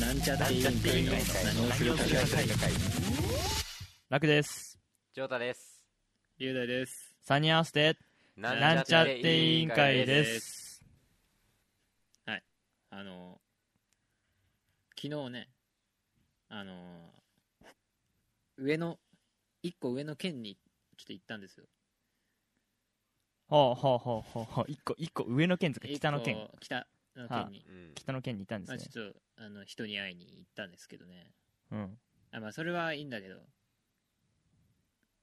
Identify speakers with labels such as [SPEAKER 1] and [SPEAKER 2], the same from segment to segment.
[SPEAKER 1] なんちゃって委員会の何をするか会
[SPEAKER 2] 楽です。
[SPEAKER 3] ジョータです。
[SPEAKER 1] 雄大です
[SPEAKER 2] サニーアウスで、なんちゃって委員会
[SPEAKER 1] で
[SPEAKER 2] ですす。
[SPEAKER 1] あの昨日ねあの上の一個上の県にちょっと行ったんですよ
[SPEAKER 2] ほうほうほうほうほう。一個、一個上の県ですか北の
[SPEAKER 1] 一
[SPEAKER 2] 県。
[SPEAKER 1] 個北の県に
[SPEAKER 3] うん。
[SPEAKER 2] 北の県にいたんで
[SPEAKER 1] まあ、
[SPEAKER 2] すね。
[SPEAKER 1] ちょっとあの人に会いに行ったんですけどね
[SPEAKER 2] うん。
[SPEAKER 1] あまあそれはいいんだけど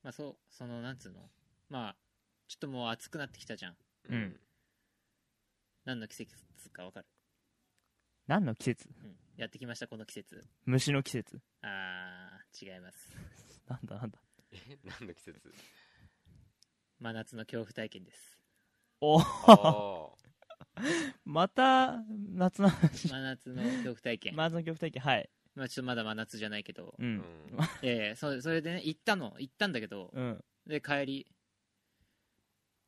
[SPEAKER 1] まあそうそのなんつうのまあちょっともう暑くなってきたじゃん
[SPEAKER 2] うん
[SPEAKER 1] 何の季節かわかる、
[SPEAKER 2] 何の季節
[SPEAKER 1] うん、やってきましたこの季節
[SPEAKER 2] 虫の季節。
[SPEAKER 1] あー違います
[SPEAKER 2] なんだなんだ。
[SPEAKER 3] え、何の季節
[SPEAKER 1] 真夏の恐怖体験 です
[SPEAKER 2] お
[SPEAKER 3] あ
[SPEAKER 2] また、夏の話。
[SPEAKER 1] 真夏の恐怖体験ま
[SPEAKER 2] 夏の曲体験、はい。
[SPEAKER 1] あちょっとまだ真夏じゃないけど
[SPEAKER 2] う
[SPEAKER 3] ーうんん。。
[SPEAKER 1] いやいやそそれでね行ったの行ったんだけど
[SPEAKER 2] うん。
[SPEAKER 1] で帰り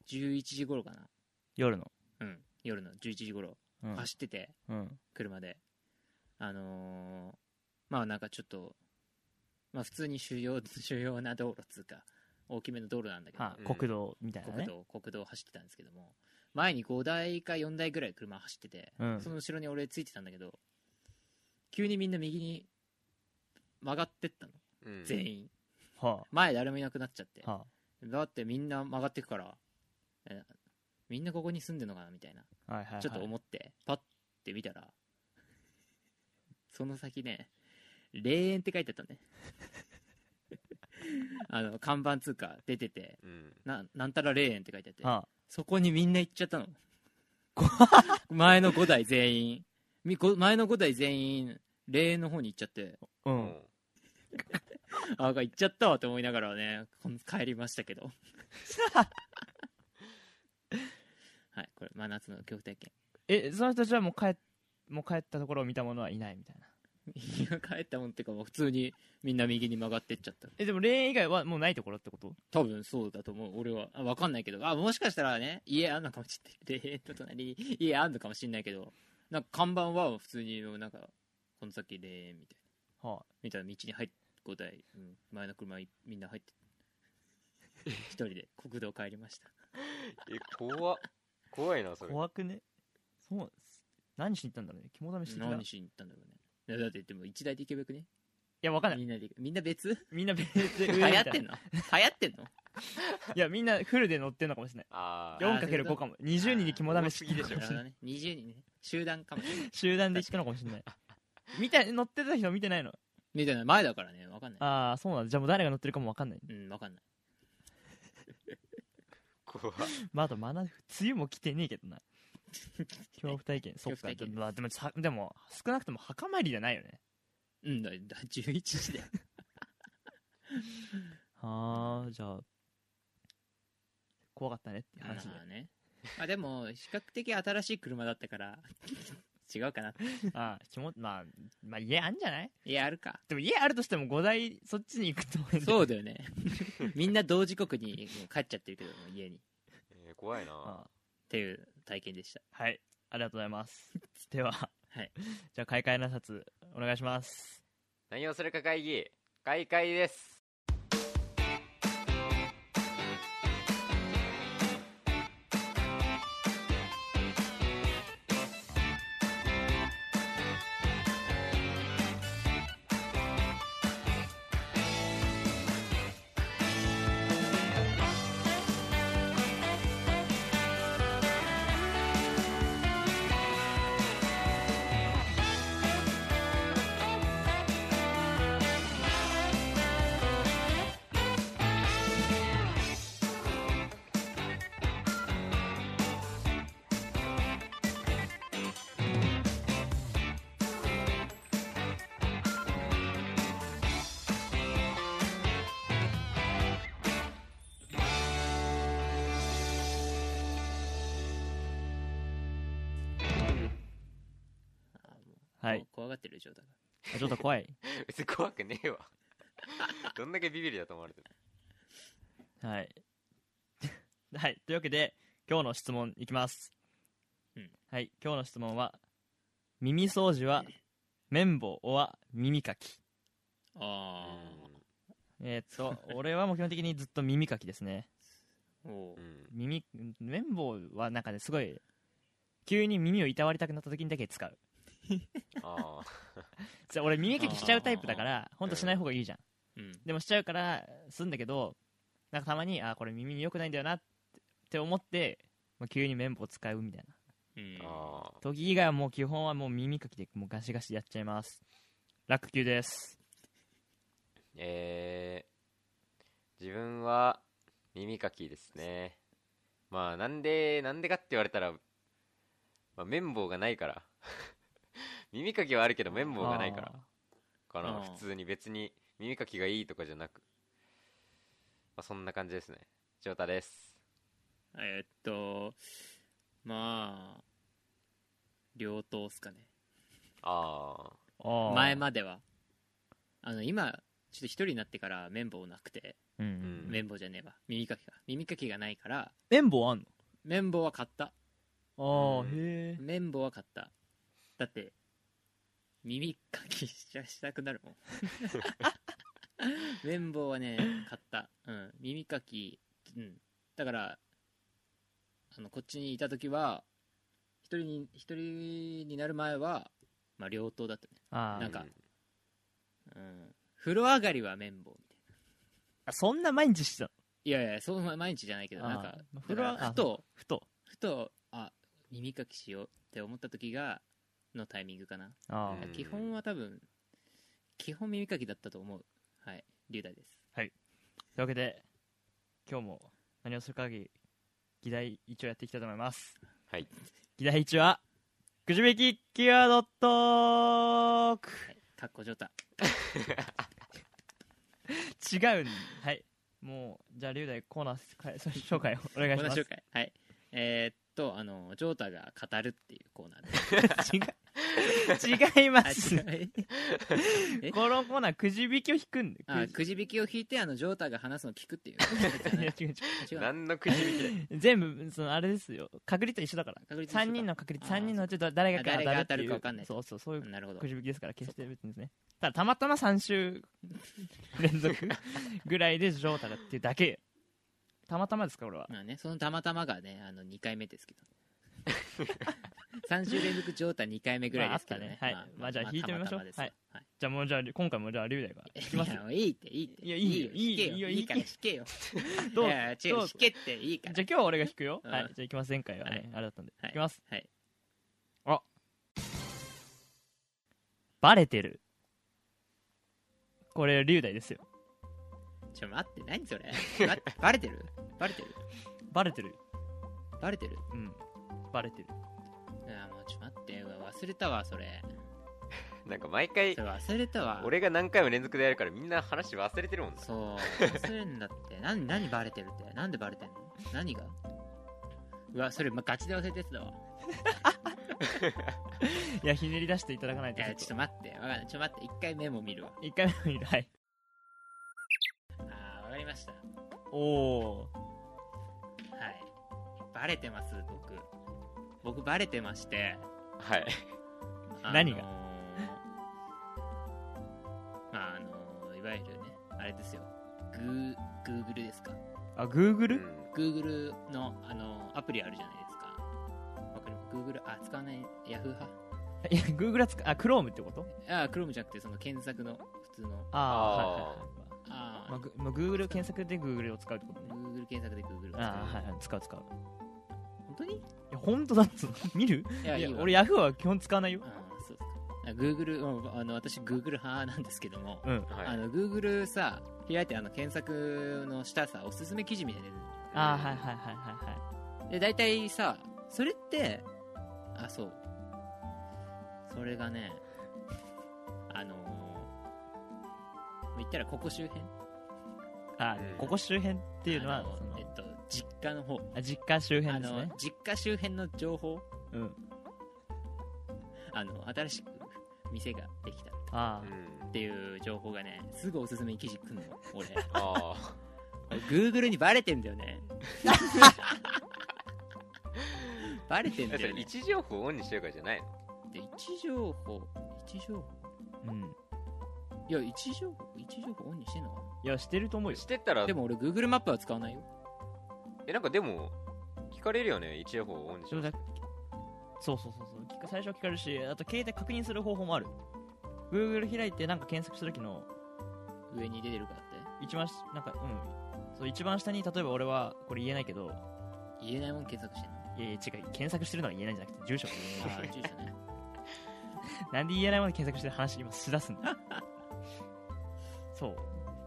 [SPEAKER 1] 11時頃かな
[SPEAKER 2] 夜の。
[SPEAKER 1] うん夜の11時頃
[SPEAKER 2] うん。
[SPEAKER 1] 走ってて
[SPEAKER 2] うん。
[SPEAKER 1] 車であのーまあなんかちょっとまあ普通に主要 主要な道路っつうか大きめの道路なんだけど、
[SPEAKER 2] は
[SPEAKER 3] うん
[SPEAKER 2] 国道みたいな
[SPEAKER 1] 国
[SPEAKER 2] ね。
[SPEAKER 1] 道国道を走ってたんですけども前に5台か4台ぐらい車走ってて、
[SPEAKER 2] うん
[SPEAKER 1] その後ろに俺ついてたんだけど急にみんな右に曲がってったの、
[SPEAKER 3] うん
[SPEAKER 1] 全員
[SPEAKER 2] は
[SPEAKER 1] 前誰もいなくなっちゃって
[SPEAKER 2] あ。は
[SPEAKER 1] だってみんな曲がってくからえみんなここに住んでるのかなみたいな
[SPEAKER 2] あ。はいはいはい。
[SPEAKER 1] ちょっと思ってパッて見たらその先ね霊園って書いてあった ねあの看板通貨出てて
[SPEAKER 3] うん。
[SPEAKER 1] ななんたら霊園って書いてあって
[SPEAKER 2] は
[SPEAKER 1] そこにみんな行っちゃったの。前の5台全員。みこ前の5台全員、霊園の方に行っちゃって、
[SPEAKER 2] あ。う。
[SPEAKER 3] うんん。
[SPEAKER 1] あ行っちゃったわと思いながらね、こん帰りましたけど。はい、これ、真夏の恐怖体験。
[SPEAKER 2] え、その人たちはもう帰っ、もう帰ったところを見た者はいないみたいな。
[SPEAKER 1] いや帰ったもんっていうか、もう普通にみんな右に曲がってっちゃった。
[SPEAKER 2] え、でも霊園以外はもうないところってこと
[SPEAKER 1] 多分そうだと思う、俺は。あわかんないけど。あ、もしかしたらね、家あんのかもしれない。霊園の隣に家あんのかもしれないけど、なんか看板は普通に、なんか、この先霊園みたいな。
[SPEAKER 2] は
[SPEAKER 1] みたいな道に入っ5台、うん、前の車いみんな入って一人 で国道帰りました
[SPEAKER 3] え、怖っ怖いな、
[SPEAKER 2] あ。
[SPEAKER 3] それ。
[SPEAKER 2] 怖くねそうなんです。何しに行ったんだろうね。肝試し的な。
[SPEAKER 1] 何
[SPEAKER 2] い
[SPEAKER 1] しに行ったんだろうねいやだってでも一台で行けばよくね
[SPEAKER 2] や、わかんない。
[SPEAKER 1] みんなで行くみんな 別
[SPEAKER 2] みんな別で
[SPEAKER 1] 流
[SPEAKER 2] 上み
[SPEAKER 1] 行
[SPEAKER 2] たいな
[SPEAKER 1] ってんの流行って んの
[SPEAKER 2] いや、みんなフルで乗ってんのかもしれない。
[SPEAKER 3] あ
[SPEAKER 1] よ
[SPEAKER 3] あ。
[SPEAKER 1] あーそういうこと
[SPEAKER 2] 4×5 かも。20人で肝試ししてる
[SPEAKER 3] 多す
[SPEAKER 2] かも
[SPEAKER 3] ぎで
[SPEAKER 2] し
[SPEAKER 1] なる
[SPEAKER 2] れ
[SPEAKER 1] ほど
[SPEAKER 2] ない。
[SPEAKER 1] ね20人ね集団かもしれない
[SPEAKER 2] 集団で来たのかもしれない。みたい、乗ってた人は見てないの。
[SPEAKER 1] みたいな前だからね分かんない
[SPEAKER 2] ああ、そうなんだ。じゃあもう誰が乗ってるかもわかんない。
[SPEAKER 1] うん分かんない
[SPEAKER 3] 怖っ
[SPEAKER 2] まあ、あと、まだ、梅雨も来てねえけ どな。恐怖体験。そっか。
[SPEAKER 1] 恐怖体
[SPEAKER 2] で
[SPEAKER 1] 験
[SPEAKER 2] も、まあでもさでも少なくとも墓参りじゃないよね。
[SPEAKER 1] うんだだ11時だよ
[SPEAKER 2] はあ、じゃあ、怖かったねっていう
[SPEAKER 1] ま
[SPEAKER 2] 話で。
[SPEAKER 1] あね まあでも比較的新しい車だったから 違うかな
[SPEAKER 2] ああ、気持ち、まあ、まあ家あんじゃない
[SPEAKER 1] いやあるか
[SPEAKER 2] でも家あるとしても5台そっちに行くと思うんだよ
[SPEAKER 1] そうだよね みんな同時刻にもう帰っちゃってるけどもう家に
[SPEAKER 3] えー怖いな。
[SPEAKER 2] ああ
[SPEAKER 1] っていう体験でした
[SPEAKER 2] はい、ありがとうございます。では、
[SPEAKER 1] はい
[SPEAKER 2] じゃあ、開会の札、お願いします。
[SPEAKER 3] 何をするか会議、開会です。
[SPEAKER 1] あもう
[SPEAKER 2] はい
[SPEAKER 1] こ。怖がってる状態
[SPEAKER 2] あちょっと 怖い。
[SPEAKER 3] 別に怖くねえわ。どんだけビビりだと思われてる。
[SPEAKER 2] はい。 はい。というわけで、今日の質問いきます。
[SPEAKER 1] うん
[SPEAKER 2] はい。今日の質問は、耳掃除は綿棒、おわ、耳かき。
[SPEAKER 1] あ
[SPEAKER 2] えーっと、俺はもう基本的にずっと耳かきですね。
[SPEAKER 1] あ。おう
[SPEAKER 3] うんうん
[SPEAKER 2] 耳、綿棒はなんかね、すごい、急に耳をいたわりたくなった時にだけ使う。
[SPEAKER 3] あ
[SPEAKER 2] じゃあ俺耳かきしちゃうタイプだから、ほんとしない方がいいじゃん。
[SPEAKER 1] うん。
[SPEAKER 2] でもしちゃうから、すんだけど、なんかたまに、あー、これ耳に良くないんだよなってって思って、まあ、急に綿棒使うみたいな。
[SPEAKER 1] うん
[SPEAKER 3] ー。あー
[SPEAKER 2] 時以外はもう基本はもう耳かきでもうガシガシやっちゃいます。楽球です。
[SPEAKER 3] えー、自分は耳かきですねまあなんでなんでかって言われたら、まあ、綿棒がないから 耳かきはあるけど綿棒がないからか
[SPEAKER 1] あ
[SPEAKER 3] な
[SPEAKER 1] ー
[SPEAKER 3] 普通に別に耳かきがいいとかじゃなく、まあ、そんな感じですね翔太です
[SPEAKER 1] えーっと、まあ、両党っすかね。
[SPEAKER 3] ああ
[SPEAKER 2] あー。
[SPEAKER 1] 前までは。あの、今、ちょっと一人になってから綿棒なくて、
[SPEAKER 2] うんう
[SPEAKER 3] うん
[SPEAKER 2] ん。
[SPEAKER 1] 綿棒じゃねえわ。耳かきか。耳かきがないから、
[SPEAKER 2] 綿棒あん
[SPEAKER 1] 綿棒は買った。
[SPEAKER 2] のああ、
[SPEAKER 3] うん
[SPEAKER 2] へえ。
[SPEAKER 1] 綿棒は買った。だって、耳かきしちゃしたくな るもん。綿棒はね、買った。うん。耳かき、うん。だから、あの、こっちにいた時は、一人に、一人になる前は、まあ、両党だったね。
[SPEAKER 2] あ
[SPEAKER 1] なん
[SPEAKER 2] ー
[SPEAKER 1] かうん。風呂上がりは綿棒みたいな。
[SPEAKER 2] あ。そんな毎日してたの
[SPEAKER 1] いやいや、そう、毎日じゃないけど、
[SPEAKER 2] あー
[SPEAKER 1] なんか
[SPEAKER 2] まあ、
[SPEAKER 1] だ
[SPEAKER 2] 風
[SPEAKER 1] か
[SPEAKER 2] 呂
[SPEAKER 1] ら
[SPEAKER 2] は
[SPEAKER 1] ふと、
[SPEAKER 2] ふと。
[SPEAKER 1] ふと、あ、耳かきしようって思った時が、のタイミングかな。
[SPEAKER 2] あ
[SPEAKER 3] う
[SPEAKER 2] あ
[SPEAKER 3] ん。
[SPEAKER 1] 基本は多分基本耳かきだったと思うはい龍大です
[SPEAKER 2] というわけで、今日も何をするかぎり、議題一応やっていきたいと思います。
[SPEAKER 3] はい
[SPEAKER 2] 議題一は、くじ引きキーワードトーク
[SPEAKER 1] はいかっこジョータ
[SPEAKER 2] 違うんはい。もう、じゃあ、龍大コーナー紹介をお願い
[SPEAKER 1] コーナ
[SPEAKER 2] しま
[SPEAKER 1] ー
[SPEAKER 2] す
[SPEAKER 1] 紹。介はいえーっとあのジョータが語るっていうコーナーで
[SPEAKER 2] 違い違いま
[SPEAKER 1] あ
[SPEAKER 2] す。
[SPEAKER 1] 違うえ
[SPEAKER 2] このコーナー、くじ引きを引くんで。
[SPEAKER 1] あ
[SPEAKER 2] く
[SPEAKER 1] くじ引きを引いてあのジョータが話すのを聞く っていう
[SPEAKER 2] じいや違う違う
[SPEAKER 1] 違う
[SPEAKER 3] 何のくじ引きだ よ
[SPEAKER 2] 全部、その、あれですよ。確率は一緒だから。
[SPEAKER 1] 確率一緒か
[SPEAKER 2] 3人の確率、
[SPEAKER 1] あー
[SPEAKER 2] 3人のうちど誰が
[SPEAKER 1] あ誰
[SPEAKER 2] 当たる
[SPEAKER 1] が
[SPEAKER 2] っ
[SPEAKER 1] 当
[SPEAKER 2] て
[SPEAKER 1] た
[SPEAKER 2] い
[SPEAKER 1] る
[SPEAKER 2] う。
[SPEAKER 1] か分かんない
[SPEAKER 2] そうそう、そういう
[SPEAKER 1] なるほど
[SPEAKER 2] くじ引きですから、決して別にですね。ただ、たまたま3週連続ぐらいでジョータだっていうだけ。たまたまですか、俺は。
[SPEAKER 1] まあねそのたまたまがねあの2回目ですけ ど3週連続ジョータ2回目ぐらいですけどね,
[SPEAKER 2] まああったねはい
[SPEAKER 1] まあ、
[SPEAKER 2] まあじゃあ引いてみましょ
[SPEAKER 1] た
[SPEAKER 2] う
[SPEAKER 1] たですわ
[SPEAKER 2] はい
[SPEAKER 1] はい
[SPEAKER 2] じゃあ、もう、じゃあ、今回も、じゃあ、龍大が引きます
[SPEAKER 1] い
[SPEAKER 2] よ
[SPEAKER 1] や。もういいっていいって
[SPEAKER 2] いやいいよ
[SPEAKER 1] いいよ
[SPEAKER 2] いいよ
[SPEAKER 1] いいから引けよ
[SPEAKER 2] どう
[SPEAKER 1] い
[SPEAKER 2] ぞ
[SPEAKER 1] や違う
[SPEAKER 2] どう
[SPEAKER 1] 引
[SPEAKER 2] ぞ
[SPEAKER 1] けっていいから
[SPEAKER 2] じゃあ今日は俺が引くよ。
[SPEAKER 1] うん
[SPEAKER 2] はい。じゃあ行きます。前回は
[SPEAKER 1] は
[SPEAKER 2] ね、
[SPEAKER 1] い
[SPEAKER 2] あれだったんで。
[SPEAKER 1] はい
[SPEAKER 2] い、きます。
[SPEAKER 1] はい
[SPEAKER 2] バレてる。これ、龍大ですよ。
[SPEAKER 1] ちょ待って何それババレてるバレてる
[SPEAKER 2] バレてる。
[SPEAKER 1] バレてる
[SPEAKER 2] うん。バレてる。
[SPEAKER 1] あもうちょ待ってうわ忘れたわそれ
[SPEAKER 3] なんか毎回
[SPEAKER 1] それ忘れたわ
[SPEAKER 3] 俺が何回も連続でやるからみんな話忘れてるもんな
[SPEAKER 1] そう忘れんだって 何何バレてるってなんでバレてんの何がうわそれ、ま、ガチで忘れたやつだわ
[SPEAKER 2] いや、ひねり出していただかない
[SPEAKER 1] い
[SPEAKER 2] と
[SPEAKER 1] やちょっと待ってわかんないちょっと待って一回メモ見るわ
[SPEAKER 2] と。一回目の依頼。
[SPEAKER 1] あーわかりましたは
[SPEAKER 2] おお。
[SPEAKER 1] いバレてます僕僕バレてまして
[SPEAKER 3] はい
[SPEAKER 1] あのー
[SPEAKER 2] 何が
[SPEAKER 1] まああのーいわゆるねあれですよグーグーグルですか
[SPEAKER 2] あ、グーグ
[SPEAKER 3] う
[SPEAKER 2] ル
[SPEAKER 3] ん
[SPEAKER 1] Google のあのアプリあるじゃないですか。わかる Google、あ、使わない Yahoo 派
[SPEAKER 2] いや、グーグルはつか、あ、クロームってこと
[SPEAKER 1] あ、Chrome じゃなくて、その検索の普通の。
[SPEAKER 2] ああー、はいはいはい。
[SPEAKER 1] あ
[SPEAKER 2] まあ、グまあ、グーグル検索でグーグルを使うってことね。
[SPEAKER 1] Google 検索で Google を使う
[SPEAKER 2] ああ、はいはい。使う使う。
[SPEAKER 1] 本当にい
[SPEAKER 2] いや、ほんとだっつうの 見る
[SPEAKER 1] や、
[SPEAKER 2] い
[SPEAKER 1] い
[SPEAKER 2] や
[SPEAKER 1] い、わ。
[SPEAKER 2] 俺、ヤフーは基本使わないよ。
[SPEAKER 1] あーそうですか。あ Google、うんあの、私 Google 派なんですけども、
[SPEAKER 2] うん。
[SPEAKER 3] はい
[SPEAKER 1] あの、Google さ、開いてあの検索の下さ、おすすめ記事みたいなやつ
[SPEAKER 2] ああ、はいはいはいはいはい。
[SPEAKER 1] で大体さそれってあそうそれがねあのーまあ言ったらここ周辺っ
[SPEAKER 2] あ
[SPEAKER 3] うん
[SPEAKER 2] ここ周辺っていうのは、その
[SPEAKER 1] えっと、実家の方
[SPEAKER 2] あ実家周
[SPEAKER 1] あ
[SPEAKER 2] 辺です
[SPEAKER 1] の
[SPEAKER 2] ね。
[SPEAKER 1] 実家周辺の情報
[SPEAKER 2] うん。
[SPEAKER 1] あの新しく 店ができたっ
[SPEAKER 2] あ
[SPEAKER 3] う
[SPEAKER 2] あ、
[SPEAKER 3] ん
[SPEAKER 1] ていう情報がねすぐおすすめ記事来んの 俺
[SPEAKER 3] ああ
[SPEAKER 1] 俺 Google にバレてんだよねバレてん
[SPEAKER 3] え
[SPEAKER 1] だ
[SPEAKER 3] それ
[SPEAKER 1] よ
[SPEAKER 3] 位
[SPEAKER 1] ね
[SPEAKER 3] 置情報をオンにしてるからじゃないの
[SPEAKER 1] で位置情報位置情報
[SPEAKER 2] うん
[SPEAKER 1] いや、位置情報、位置情報オンにしてんのか
[SPEAKER 2] いやしてると思うよ
[SPEAKER 3] してたら
[SPEAKER 1] なでも俺、Google マップは使わないよ。
[SPEAKER 3] えなんかでも聞かれるよね一応方オンにし
[SPEAKER 2] それ
[SPEAKER 3] ま
[SPEAKER 2] だ
[SPEAKER 3] す
[SPEAKER 2] けそうそうそうそう聞か最初は聞かれるしあと携帯確認する方法もある Google 開いてなんか検索した時の
[SPEAKER 1] 上に出てるからって。
[SPEAKER 2] 一番しなんかうんそう一番下に例えば俺はこれ言えないけど
[SPEAKER 1] 言えないもん検索してんの。
[SPEAKER 2] いやいや違う検索してるのは言えないんじゃなくて住所が言えない
[SPEAKER 1] ああ、住所ね。
[SPEAKER 2] なんで言えないまで検索してる話今しだすんだそう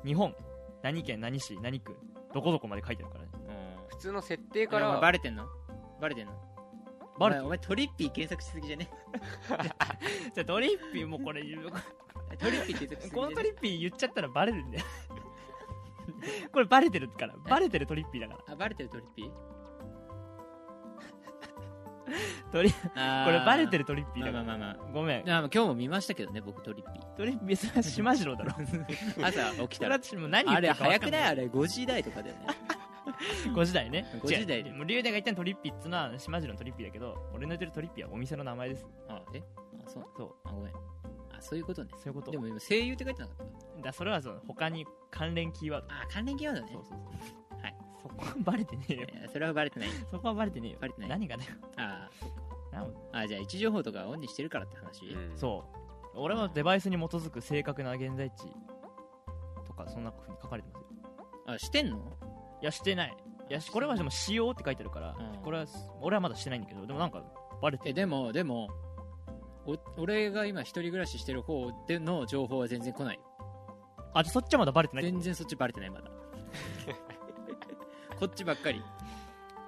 [SPEAKER 2] 日本何県何市何区どこどこまで書いてあるからね
[SPEAKER 1] うん。
[SPEAKER 3] 普通の設定
[SPEAKER 1] か
[SPEAKER 3] からら
[SPEAKER 1] バレてんのバレてんの
[SPEAKER 2] バレ
[SPEAKER 1] お前お前トリッピー検索しすぎ じゃね
[SPEAKER 2] じゃあトリッピーも これ
[SPEAKER 1] トリッピー検索しすぎじゃ
[SPEAKER 2] こ
[SPEAKER 1] ね
[SPEAKER 2] のトリッピー言っちゃったらバレるんだよ これバレてるからバレてるトリッピーだから
[SPEAKER 1] あバレてるトリッピー
[SPEAKER 2] トリ
[SPEAKER 1] あー
[SPEAKER 2] これバレてるトリッピー
[SPEAKER 1] まあ
[SPEAKER 2] だか
[SPEAKER 1] まあ
[SPEAKER 2] ら、
[SPEAKER 1] まあまあ
[SPEAKER 2] ごめん
[SPEAKER 1] いやまあ今日も見ましたけどね僕トリッピー
[SPEAKER 2] トリッピーそれは島次 郎だろ
[SPEAKER 1] 朝起き
[SPEAKER 2] こ
[SPEAKER 1] た
[SPEAKER 2] れ
[SPEAKER 1] ら
[SPEAKER 2] 私もう何言っ
[SPEAKER 1] あ
[SPEAKER 2] て
[SPEAKER 1] れ
[SPEAKER 2] るか分
[SPEAKER 1] 早
[SPEAKER 2] か
[SPEAKER 1] く
[SPEAKER 2] ん
[SPEAKER 1] ない
[SPEAKER 2] ない
[SPEAKER 1] あれ5時台とかだよね
[SPEAKER 2] 5時台ね
[SPEAKER 1] 5時台で
[SPEAKER 2] 違うもう龍大が言ったのトリッピーっつうのは島次郎のトリッピーだけど俺の言ってるトリッピーはお店の名前です
[SPEAKER 1] あえあそう
[SPEAKER 2] そう
[SPEAKER 1] あごめんあそういうことね
[SPEAKER 2] そういうこと
[SPEAKER 1] でも今声優って書いてなかった
[SPEAKER 2] だそれはその他に関連キーワード
[SPEAKER 1] あ関連キーワードね
[SPEAKER 2] そうそうそう
[SPEAKER 1] はい
[SPEAKER 2] そこはバレてねえよ
[SPEAKER 1] いやそれはバレてない
[SPEAKER 2] そこはバレてねえよ
[SPEAKER 1] バレてない
[SPEAKER 2] 何がだよ
[SPEAKER 1] あ
[SPEAKER 2] な
[SPEAKER 1] ーあじゃあ位置情報とかオンにしてるからって話、
[SPEAKER 3] うん
[SPEAKER 2] そう俺はデバイスに基づく正確な現在地とかそんな風に書かれてますよ
[SPEAKER 1] あしてんの
[SPEAKER 2] いやしてないいや
[SPEAKER 1] あ
[SPEAKER 2] しこれはでも使用って書いてあるから、
[SPEAKER 1] うん
[SPEAKER 2] これは俺はまだしてないんだけどでもなんかバレて
[SPEAKER 1] え
[SPEAKER 2] る
[SPEAKER 1] でもでもお俺が今一人暮らししてる方での情報は全然来ない
[SPEAKER 2] あじゃあそっちはまだバレてない
[SPEAKER 1] 全然そっちバレてないまだ こっちばっかり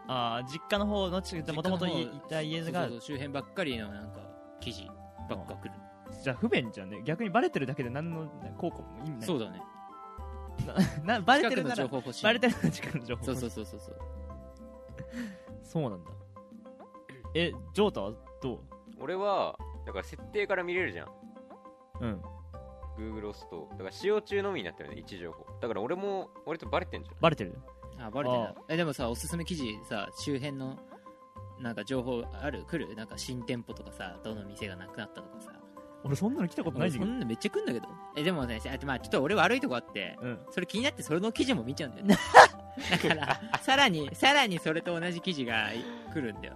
[SPEAKER 2] ああ実家の方のちもともと
[SPEAKER 1] 実家
[SPEAKER 2] い
[SPEAKER 1] の方
[SPEAKER 2] た家
[SPEAKER 1] そう
[SPEAKER 2] が
[SPEAKER 1] そう周辺ばっかりのなんか記事ばっか来る、
[SPEAKER 2] じゃあ不便じゃんね逆にバレてるだけで何の効果も意味ない
[SPEAKER 1] そうだね
[SPEAKER 2] なバレてるな
[SPEAKER 1] 近くの情
[SPEAKER 2] ら
[SPEAKER 1] 報欲しい
[SPEAKER 2] バレてるなら近くの情報
[SPEAKER 1] そうそうそうそうそう
[SPEAKER 2] そうなんだ。え、ジョータはどう
[SPEAKER 3] 俺はだから設定から見れるじゃん
[SPEAKER 2] うん。
[SPEAKER 3] Google 押すとだから使用中のみになってるね位置情報だから俺も俺とバレてんじゃん
[SPEAKER 2] バレてる
[SPEAKER 1] あバレてない
[SPEAKER 2] あ
[SPEAKER 1] えでもさおすすめ記事さ周辺のなんか情報ある来るなんか新店舗とかさどの店がなくなったとかさ
[SPEAKER 2] 俺そんなの来たことないんだ
[SPEAKER 1] そ
[SPEAKER 2] けど。
[SPEAKER 1] んなめっちゃ来んだけどえでもねあまあちょっと俺悪いとこあって
[SPEAKER 2] うん。
[SPEAKER 1] それ気になってそれの記事も見ちゃうんだよねだからさらにさらにそれと同じ記事が来るんだよ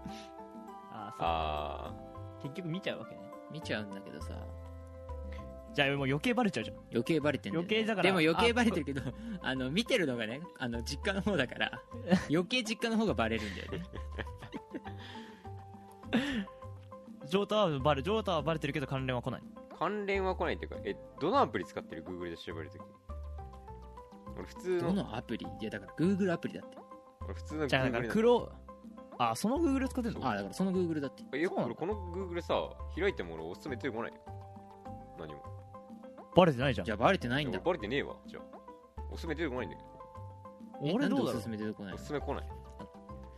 [SPEAKER 2] ああ、
[SPEAKER 3] あ
[SPEAKER 2] そう。結局見ちゃうわけね。
[SPEAKER 1] 見ちゃうんだけどさ
[SPEAKER 2] じゃあもう余計バレちゃうじゃん。
[SPEAKER 1] 余計バレてんだよ、ね、
[SPEAKER 2] 余計だから
[SPEAKER 1] でも余計バレてるけどあの見てるのがねあの実家の方だから余計実家の方がバレるんだよね
[SPEAKER 2] ジョータはバレ、ジョータはバレてるけど関連は来ない。
[SPEAKER 3] ー関連は来ないっていうかえどのアプリ使ってる Google で調べるとき俺普通
[SPEAKER 1] ど
[SPEAKER 3] の
[SPEAKER 1] のアプリいやだから Google アプリだって
[SPEAKER 3] 俺普通の
[SPEAKER 2] じゃあだ
[SPEAKER 3] Google
[SPEAKER 2] から
[SPEAKER 3] だ
[SPEAKER 2] 黒、あ、その Google 使ってん
[SPEAKER 1] あ
[SPEAKER 2] の
[SPEAKER 1] だからその Google だって
[SPEAKER 3] えよ
[SPEAKER 2] そう
[SPEAKER 3] く
[SPEAKER 2] なん
[SPEAKER 3] 俺
[SPEAKER 2] だ
[SPEAKER 3] この Google さ開いても俺おすすめ出てこないよ何も
[SPEAKER 2] バレてないじゃん
[SPEAKER 1] じゃ。あバレてないん
[SPEAKER 3] 俺
[SPEAKER 1] だ
[SPEAKER 3] バレてねえわじゃあおすすめ出てこないんだよ
[SPEAKER 1] え
[SPEAKER 2] 俺どう
[SPEAKER 1] なんでお
[SPEAKER 2] だろ
[SPEAKER 1] す
[SPEAKER 2] う
[SPEAKER 1] すめ出てこない
[SPEAKER 3] お
[SPEAKER 1] の
[SPEAKER 3] すすめ来ない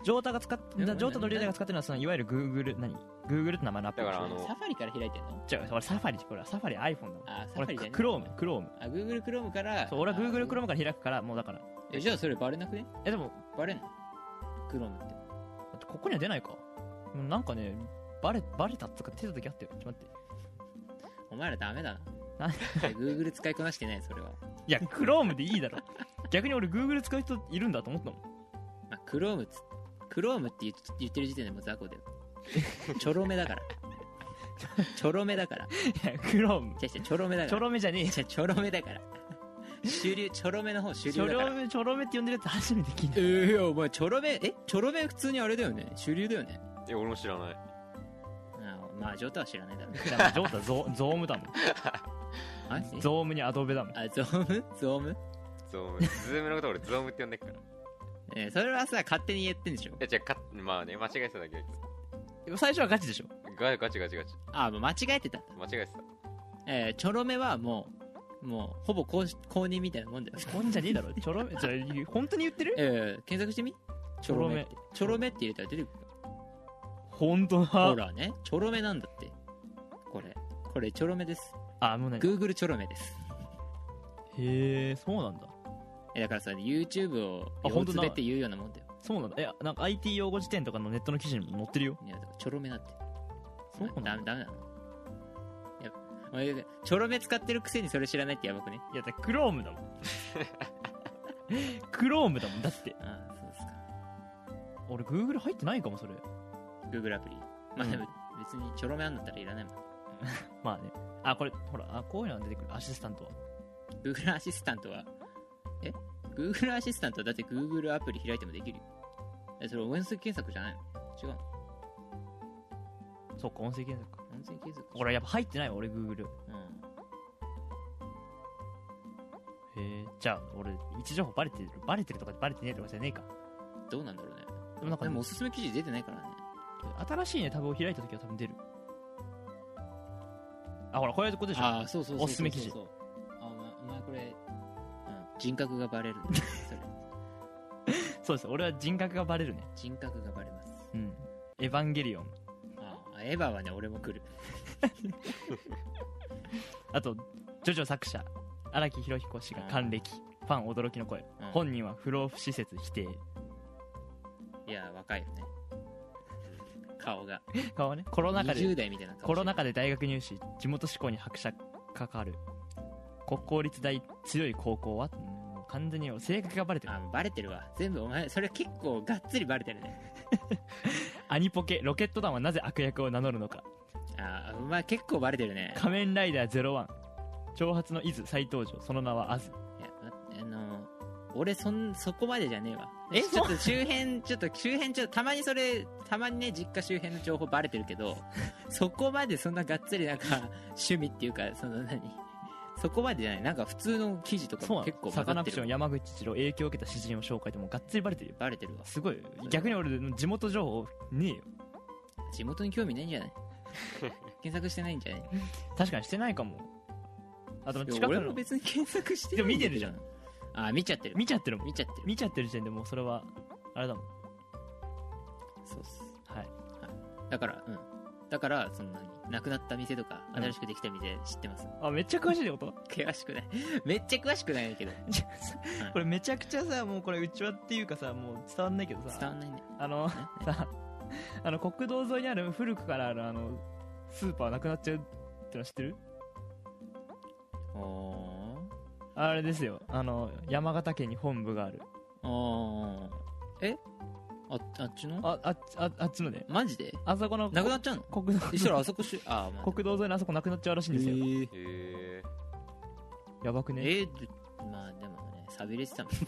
[SPEAKER 2] ジョータが使って、
[SPEAKER 1] え
[SPEAKER 2] ジョータとリュウダイが使ってるのは、そのいわゆる Google、何 ?Google って名前のアプリ
[SPEAKER 3] だからあの
[SPEAKER 1] サファリから開いてんの
[SPEAKER 2] 違う、俺サファリ、これはサファリ iPhone だもん。
[SPEAKER 1] あサファ
[SPEAKER 2] 俺、
[SPEAKER 1] リじゃね
[SPEAKER 2] クローム、クローム。
[SPEAKER 1] あ Google Chrome から
[SPEAKER 2] そう、俺は Google
[SPEAKER 1] ム
[SPEAKER 2] Chrome から開くから、もうだから。
[SPEAKER 1] えじゃあそれバレなくね
[SPEAKER 2] え、でも、
[SPEAKER 1] バレんの Chrome って
[SPEAKER 2] だってここには出ないかうんなんかねバレバレたっつうか出た時あったよちょっと待っ
[SPEAKER 1] お前らダメだな
[SPEAKER 2] なん
[SPEAKER 1] Google 使いこなしてないそれは、
[SPEAKER 2] て いや Chrome でいいだろ逆に俺 Google 使う人いるんだと思 ったもん
[SPEAKER 1] まあ、Chrome つ Chrome って言っ言ってる時点でもう 雑魚だよちょろめだからちょろめだから
[SPEAKER 2] いや Chrome
[SPEAKER 1] 違う違うちょろめだ
[SPEAKER 2] ち
[SPEAKER 1] か
[SPEAKER 2] ょ
[SPEAKER 1] ら
[SPEAKER 2] ろめじゃねえよ
[SPEAKER 1] 違うちょろめだから主流ちょろめの方主
[SPEAKER 2] ちょ
[SPEAKER 1] 流だから
[SPEAKER 2] ろめちょろめって呼んでるやつ初めて聞いた
[SPEAKER 1] えー、いやお前ちょろめえちょろめ普通にあれだよね主流だよね
[SPEAKER 3] え俺も知らない
[SPEAKER 1] あまあジョータは知らない だろうね
[SPEAKER 2] いやジョータゾゾームだも
[SPEAKER 1] あえ
[SPEAKER 2] んゾームにアドベだもん
[SPEAKER 1] あゾームゾーム
[SPEAKER 3] ゾームズームのこと俺ゾームって呼んでっから
[SPEAKER 1] えーそれはさ勝手に言ってんでしょ
[SPEAKER 3] えじゃあかまあね間違えてただけだ
[SPEAKER 2] 最初はガチでしょ
[SPEAKER 3] けどガガチガチガチ
[SPEAKER 1] あもう間違えてた
[SPEAKER 3] 間違えてた
[SPEAKER 1] えー、ちょろめはもうもうほぼ公式公認みたいなもんだよ
[SPEAKER 2] こんじゃねえだろちょろめじ ゃあ本当に言ってる
[SPEAKER 1] えー、検索してみちょろめってちょろめって入れたら出てくる
[SPEAKER 2] 本当
[SPEAKER 1] ほ
[SPEAKER 2] だ
[SPEAKER 1] らねちょろめなんだってこれこれちょろめです
[SPEAKER 2] あもうね
[SPEAKER 1] Google ちょろめです
[SPEAKER 2] へえそうなんだ
[SPEAKER 1] えだからさ YouTube をほ
[SPEAKER 2] あほ
[SPEAKER 1] ん
[SPEAKER 2] ん
[SPEAKER 1] と
[SPEAKER 2] とだ
[SPEAKER 1] って言うようなもんだよ
[SPEAKER 2] そうなんだいやなんか IT 用語辞典とかのネットの記事にも載ってるよ
[SPEAKER 1] いやだからちょろめだって
[SPEAKER 2] そうなんだ
[SPEAKER 1] ダメダメなのいやお前ちょろめ使ってるくせにそれ知らないってやばくね
[SPEAKER 2] いやだクロームだ もんクロームだもんだって
[SPEAKER 1] ああそうですか
[SPEAKER 2] 俺 Google 入ってないかもそれ
[SPEAKER 1] Google アプリまあ、
[SPEAKER 2] うん
[SPEAKER 1] でも別にちょろめあんだったらいらないもん
[SPEAKER 2] まあねあこれほらあこういうのが出てくるアシスタントは
[SPEAKER 1] Google アシスタントはえ Google アシスタントはだって Google アプリ開いてもできるよえそれ音声検索じゃないの違うの
[SPEAKER 2] そっか音声検索か
[SPEAKER 1] 音声検索
[SPEAKER 2] 俺やっぱ入ってないわ俺 Google へ
[SPEAKER 1] うん
[SPEAKER 2] えじゃあ俺位置情報バレてるバレてるとかバレてねえとかじゃねえか
[SPEAKER 1] どうなんだろうね
[SPEAKER 2] でもなんか
[SPEAKER 1] でもおすすめ記事出てないからね
[SPEAKER 2] 新しいねタブを開いた時は多分出るあほらこういうことでしょ
[SPEAKER 1] ああそうそうそうそう
[SPEAKER 2] おすすめ記事
[SPEAKER 1] そうあお前お前これ、うん、人格が バレるんだそれ
[SPEAKER 2] そうです俺は人格がバレるね
[SPEAKER 1] 人格がバレます
[SPEAKER 2] うんエヴァンゲリオン
[SPEAKER 1] ああエヴァはね俺も来る
[SPEAKER 2] あとジョジョ作者荒木博彦氏が還暦ファン驚きの声、
[SPEAKER 1] うん
[SPEAKER 2] 本人は不老不施設否定
[SPEAKER 1] いや若いよね顔が
[SPEAKER 2] 顔ねコロナ禍
[SPEAKER 1] 20
[SPEAKER 2] で
[SPEAKER 1] 代みたいな顔
[SPEAKER 2] コロナ
[SPEAKER 1] 禍
[SPEAKER 2] 禍で大学入試地元志向に拍車かかる国公立大強い高校はうんもう完全に性格がバレてる
[SPEAKER 1] あバレてるわ全部お前それ結構がっつりバレてるね
[SPEAKER 2] アニポケロケット団はなぜ悪役を名乗るのか
[SPEAKER 1] ああお前結構バレてるね
[SPEAKER 2] 仮面ライダー01挑発の伊豆再登場その名はアズ
[SPEAKER 1] いや待ってあの俺そんそこまでじゃねえわえ
[SPEAKER 2] そう
[SPEAKER 1] ちょっと周辺ちょっと周辺ちょっとたまにそれたまにね実家周辺の情報バレてるけ どそこまでそんながっつりなんか趣味っていうかその何そこまでじゃないなんか普通の記事とか
[SPEAKER 2] そう
[SPEAKER 1] も
[SPEAKER 2] な
[SPEAKER 1] 結構混
[SPEAKER 2] のサカ
[SPEAKER 1] ざ
[SPEAKER 2] ナ
[SPEAKER 1] って
[SPEAKER 2] クシ
[SPEAKER 1] る
[SPEAKER 2] ョン山口一郎影響を受けた詩人を紹介でもうがっつりバレてるよ
[SPEAKER 1] バレてるわ
[SPEAKER 2] すごいよ逆に俺の地元情報ねえよ
[SPEAKER 1] 地元に興味ないんじゃない 検索してないんじゃない
[SPEAKER 2] 確かにしてないかもあ
[SPEAKER 1] い
[SPEAKER 2] と
[SPEAKER 1] や
[SPEAKER 2] 近く
[SPEAKER 1] 俺
[SPEAKER 2] の
[SPEAKER 1] も別に検索して
[SPEAKER 2] でも
[SPEAKER 1] ないん
[SPEAKER 2] 見
[SPEAKER 1] だ
[SPEAKER 2] て
[SPEAKER 1] け
[SPEAKER 2] るじゃ
[SPEAKER 1] ど
[SPEAKER 2] ん
[SPEAKER 1] あ見ちゃってる
[SPEAKER 2] 見ちゃってるもん
[SPEAKER 1] 見ちゃってる
[SPEAKER 2] 見ちゃってる時点でもうそれはあれだもん
[SPEAKER 1] そうっす
[SPEAKER 2] はい
[SPEAKER 1] だからうんだからそんなになくなった店とか
[SPEAKER 2] うん
[SPEAKER 1] 新しくできた店知ってます
[SPEAKER 2] あめっちゃ詳しいってこと
[SPEAKER 1] 詳しくない めっちゃ詳しくないけど
[SPEAKER 2] じゃあさこれめちゃくちゃさもうこれうちわっていうかさもう伝わんないけど
[SPEAKER 1] 伝
[SPEAKER 2] さ
[SPEAKER 1] わんないね
[SPEAKER 2] あのさあの国道沿いにある古くからあるあのスーパーなくなっちゃうっての知ってる
[SPEAKER 1] お
[SPEAKER 2] あれですよあの山形県に本部がある
[SPEAKER 1] ーおーえああっちの
[SPEAKER 2] ああっちああっちのね
[SPEAKER 1] マジで
[SPEAKER 2] あそこの
[SPEAKER 1] なくなっちゃうの
[SPEAKER 2] 国道
[SPEAKER 1] そしたらあそこしあーまあ
[SPEAKER 2] 国道沿いのあそこなくなっちゃうらしいんですよ、
[SPEAKER 1] え
[SPEAKER 3] へえ
[SPEAKER 2] やばく
[SPEAKER 1] え
[SPEAKER 2] ね
[SPEAKER 1] ーでまあでもねさびれてた もんも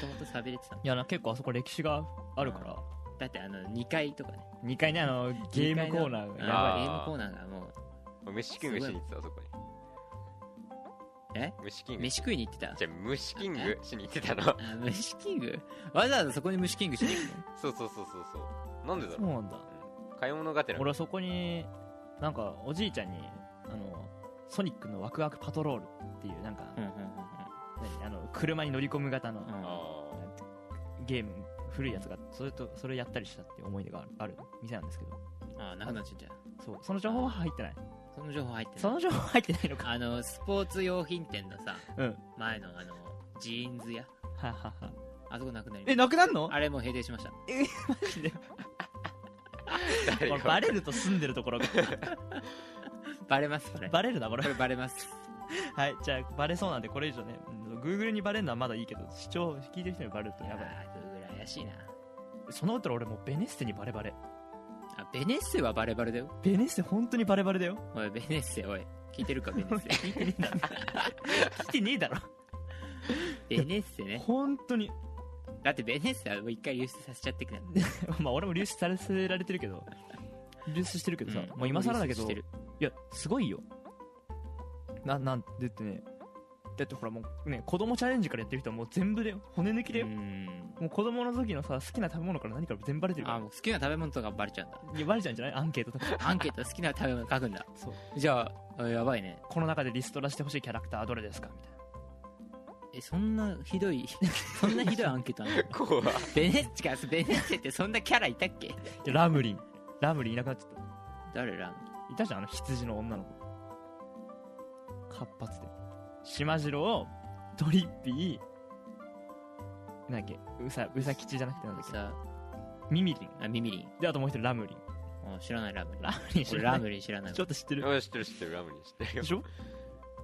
[SPEAKER 1] ともとさびれてたもん
[SPEAKER 2] いやな結構あそこ歴史があるから、
[SPEAKER 1] だってあの2階とかね
[SPEAKER 2] 2階ねあのゲームコーナーが
[SPEAKER 1] が
[SPEAKER 2] やばい
[SPEAKER 3] あー
[SPEAKER 1] ゲームコーナーがも
[SPEAKER 3] 飯キングしに行ってたそこに
[SPEAKER 1] え
[SPEAKER 3] 虫キ
[SPEAKER 1] う
[SPEAKER 3] ング
[SPEAKER 1] 飯食いに行ってた
[SPEAKER 3] じゃあ虫キングしに行ってたの
[SPEAKER 1] あ 虫キングわざわざそこに虫キングしに行くの
[SPEAKER 3] そうそうそうそうそうなんでだ
[SPEAKER 2] そう
[SPEAKER 3] ろ
[SPEAKER 2] なんだ
[SPEAKER 3] う買い物がてら
[SPEAKER 2] 俺はそこになんかおじいちゃんにあのソニックのワクワクパトロールっていうなんか、
[SPEAKER 1] うんうん
[SPEAKER 2] 何あの車に乗り込む型の
[SPEAKER 1] うんうんうん
[SPEAKER 3] あ
[SPEAKER 2] ゲーム古いやつがそれとそれをやったりしたっていう思い出があるある店なんですけど
[SPEAKER 1] あーなくなっちゃった
[SPEAKER 2] そうその情報は入ってない
[SPEAKER 1] その情報入ってない
[SPEAKER 2] その情報入ってないのか
[SPEAKER 1] あのスポーツ用品店のさ
[SPEAKER 2] うんは
[SPEAKER 1] 前のあのジーンズ屋
[SPEAKER 2] はは
[SPEAKER 1] あそこなくなりま
[SPEAKER 2] え
[SPEAKER 1] し
[SPEAKER 2] なくなるの
[SPEAKER 1] たあれもう閉店しました
[SPEAKER 3] あ誰
[SPEAKER 2] こ
[SPEAKER 3] が
[SPEAKER 2] れバレると住んでるところ が
[SPEAKER 1] バレますこれ
[SPEAKER 2] バレるなこ
[SPEAKER 1] こ
[SPEAKER 2] れ
[SPEAKER 1] れバレます
[SPEAKER 2] はいじゃあバレそうなんでこれ以上ねうん Google にバレるのはまだいいけど視聴聞いてる人にバレると
[SPEAKER 1] や
[SPEAKER 2] やば
[SPEAKER 1] ばい
[SPEAKER 2] い
[SPEAKER 1] ぐらい怪しいな
[SPEAKER 2] その後ら俺もうベネッセにバレバレ
[SPEAKER 1] あベネッセはバレバレだよ
[SPEAKER 2] ベネッセ本当にバレバレだよ
[SPEAKER 1] おいベネッセ おい聞いてるかベネッセ
[SPEAKER 2] 聞いてねえだろ聞いてねえだろ
[SPEAKER 1] ベネッセね
[SPEAKER 2] 本当に
[SPEAKER 1] だってベネッセはもう一回流出させちゃってきた
[SPEAKER 2] まあ俺も流出させられてるけど流出してるけどさ、もう今更だけど
[SPEAKER 1] してる
[SPEAKER 2] いやすごいよななんでってねだってほらもうね子供チャレンジからやってる人はもう全部で骨抜き
[SPEAKER 1] う
[SPEAKER 2] で、
[SPEAKER 1] ーん
[SPEAKER 2] もう子供の時のさ好きな食べ物から何から全部バレてるか
[SPEAKER 1] あ
[SPEAKER 2] ら
[SPEAKER 1] もう好きな食べ物とかバレちゃうんだ
[SPEAKER 2] いやバレちゃうんじゃないアンケートとか
[SPEAKER 1] アンケート好きな食べ物書くんだ
[SPEAKER 2] そう
[SPEAKER 1] じゃああやばいね
[SPEAKER 2] この中でリストラしてほしいキャラクターはどれですかみたいな
[SPEAKER 1] えそんなひどい そんなひどいアンケートあ んの
[SPEAKER 3] 怖っ
[SPEAKER 1] ベネッチかベネッセってそんなキャラいたっけ
[SPEAKER 2] いやラムリンラムリンいなくなっちゃっ
[SPEAKER 1] 誰ら
[SPEAKER 2] たいたじゃんあの羊の女の子活発で島次郎トリッピーなんだっけうさうさ吉じゃなくてなんだっけ
[SPEAKER 1] さ
[SPEAKER 2] ミミリン
[SPEAKER 1] あミミリン
[SPEAKER 2] であともう一人ラムリン
[SPEAKER 1] あ知らないラムリン
[SPEAKER 2] ラムリン知
[SPEAKER 1] 俺
[SPEAKER 2] ら
[SPEAKER 1] ラ
[SPEAKER 2] ない
[SPEAKER 1] ムリン知らないわ
[SPEAKER 2] ちょっと知ってる
[SPEAKER 3] あ知ってる知ってるラムリン知ってる よ
[SPEAKER 2] でしょ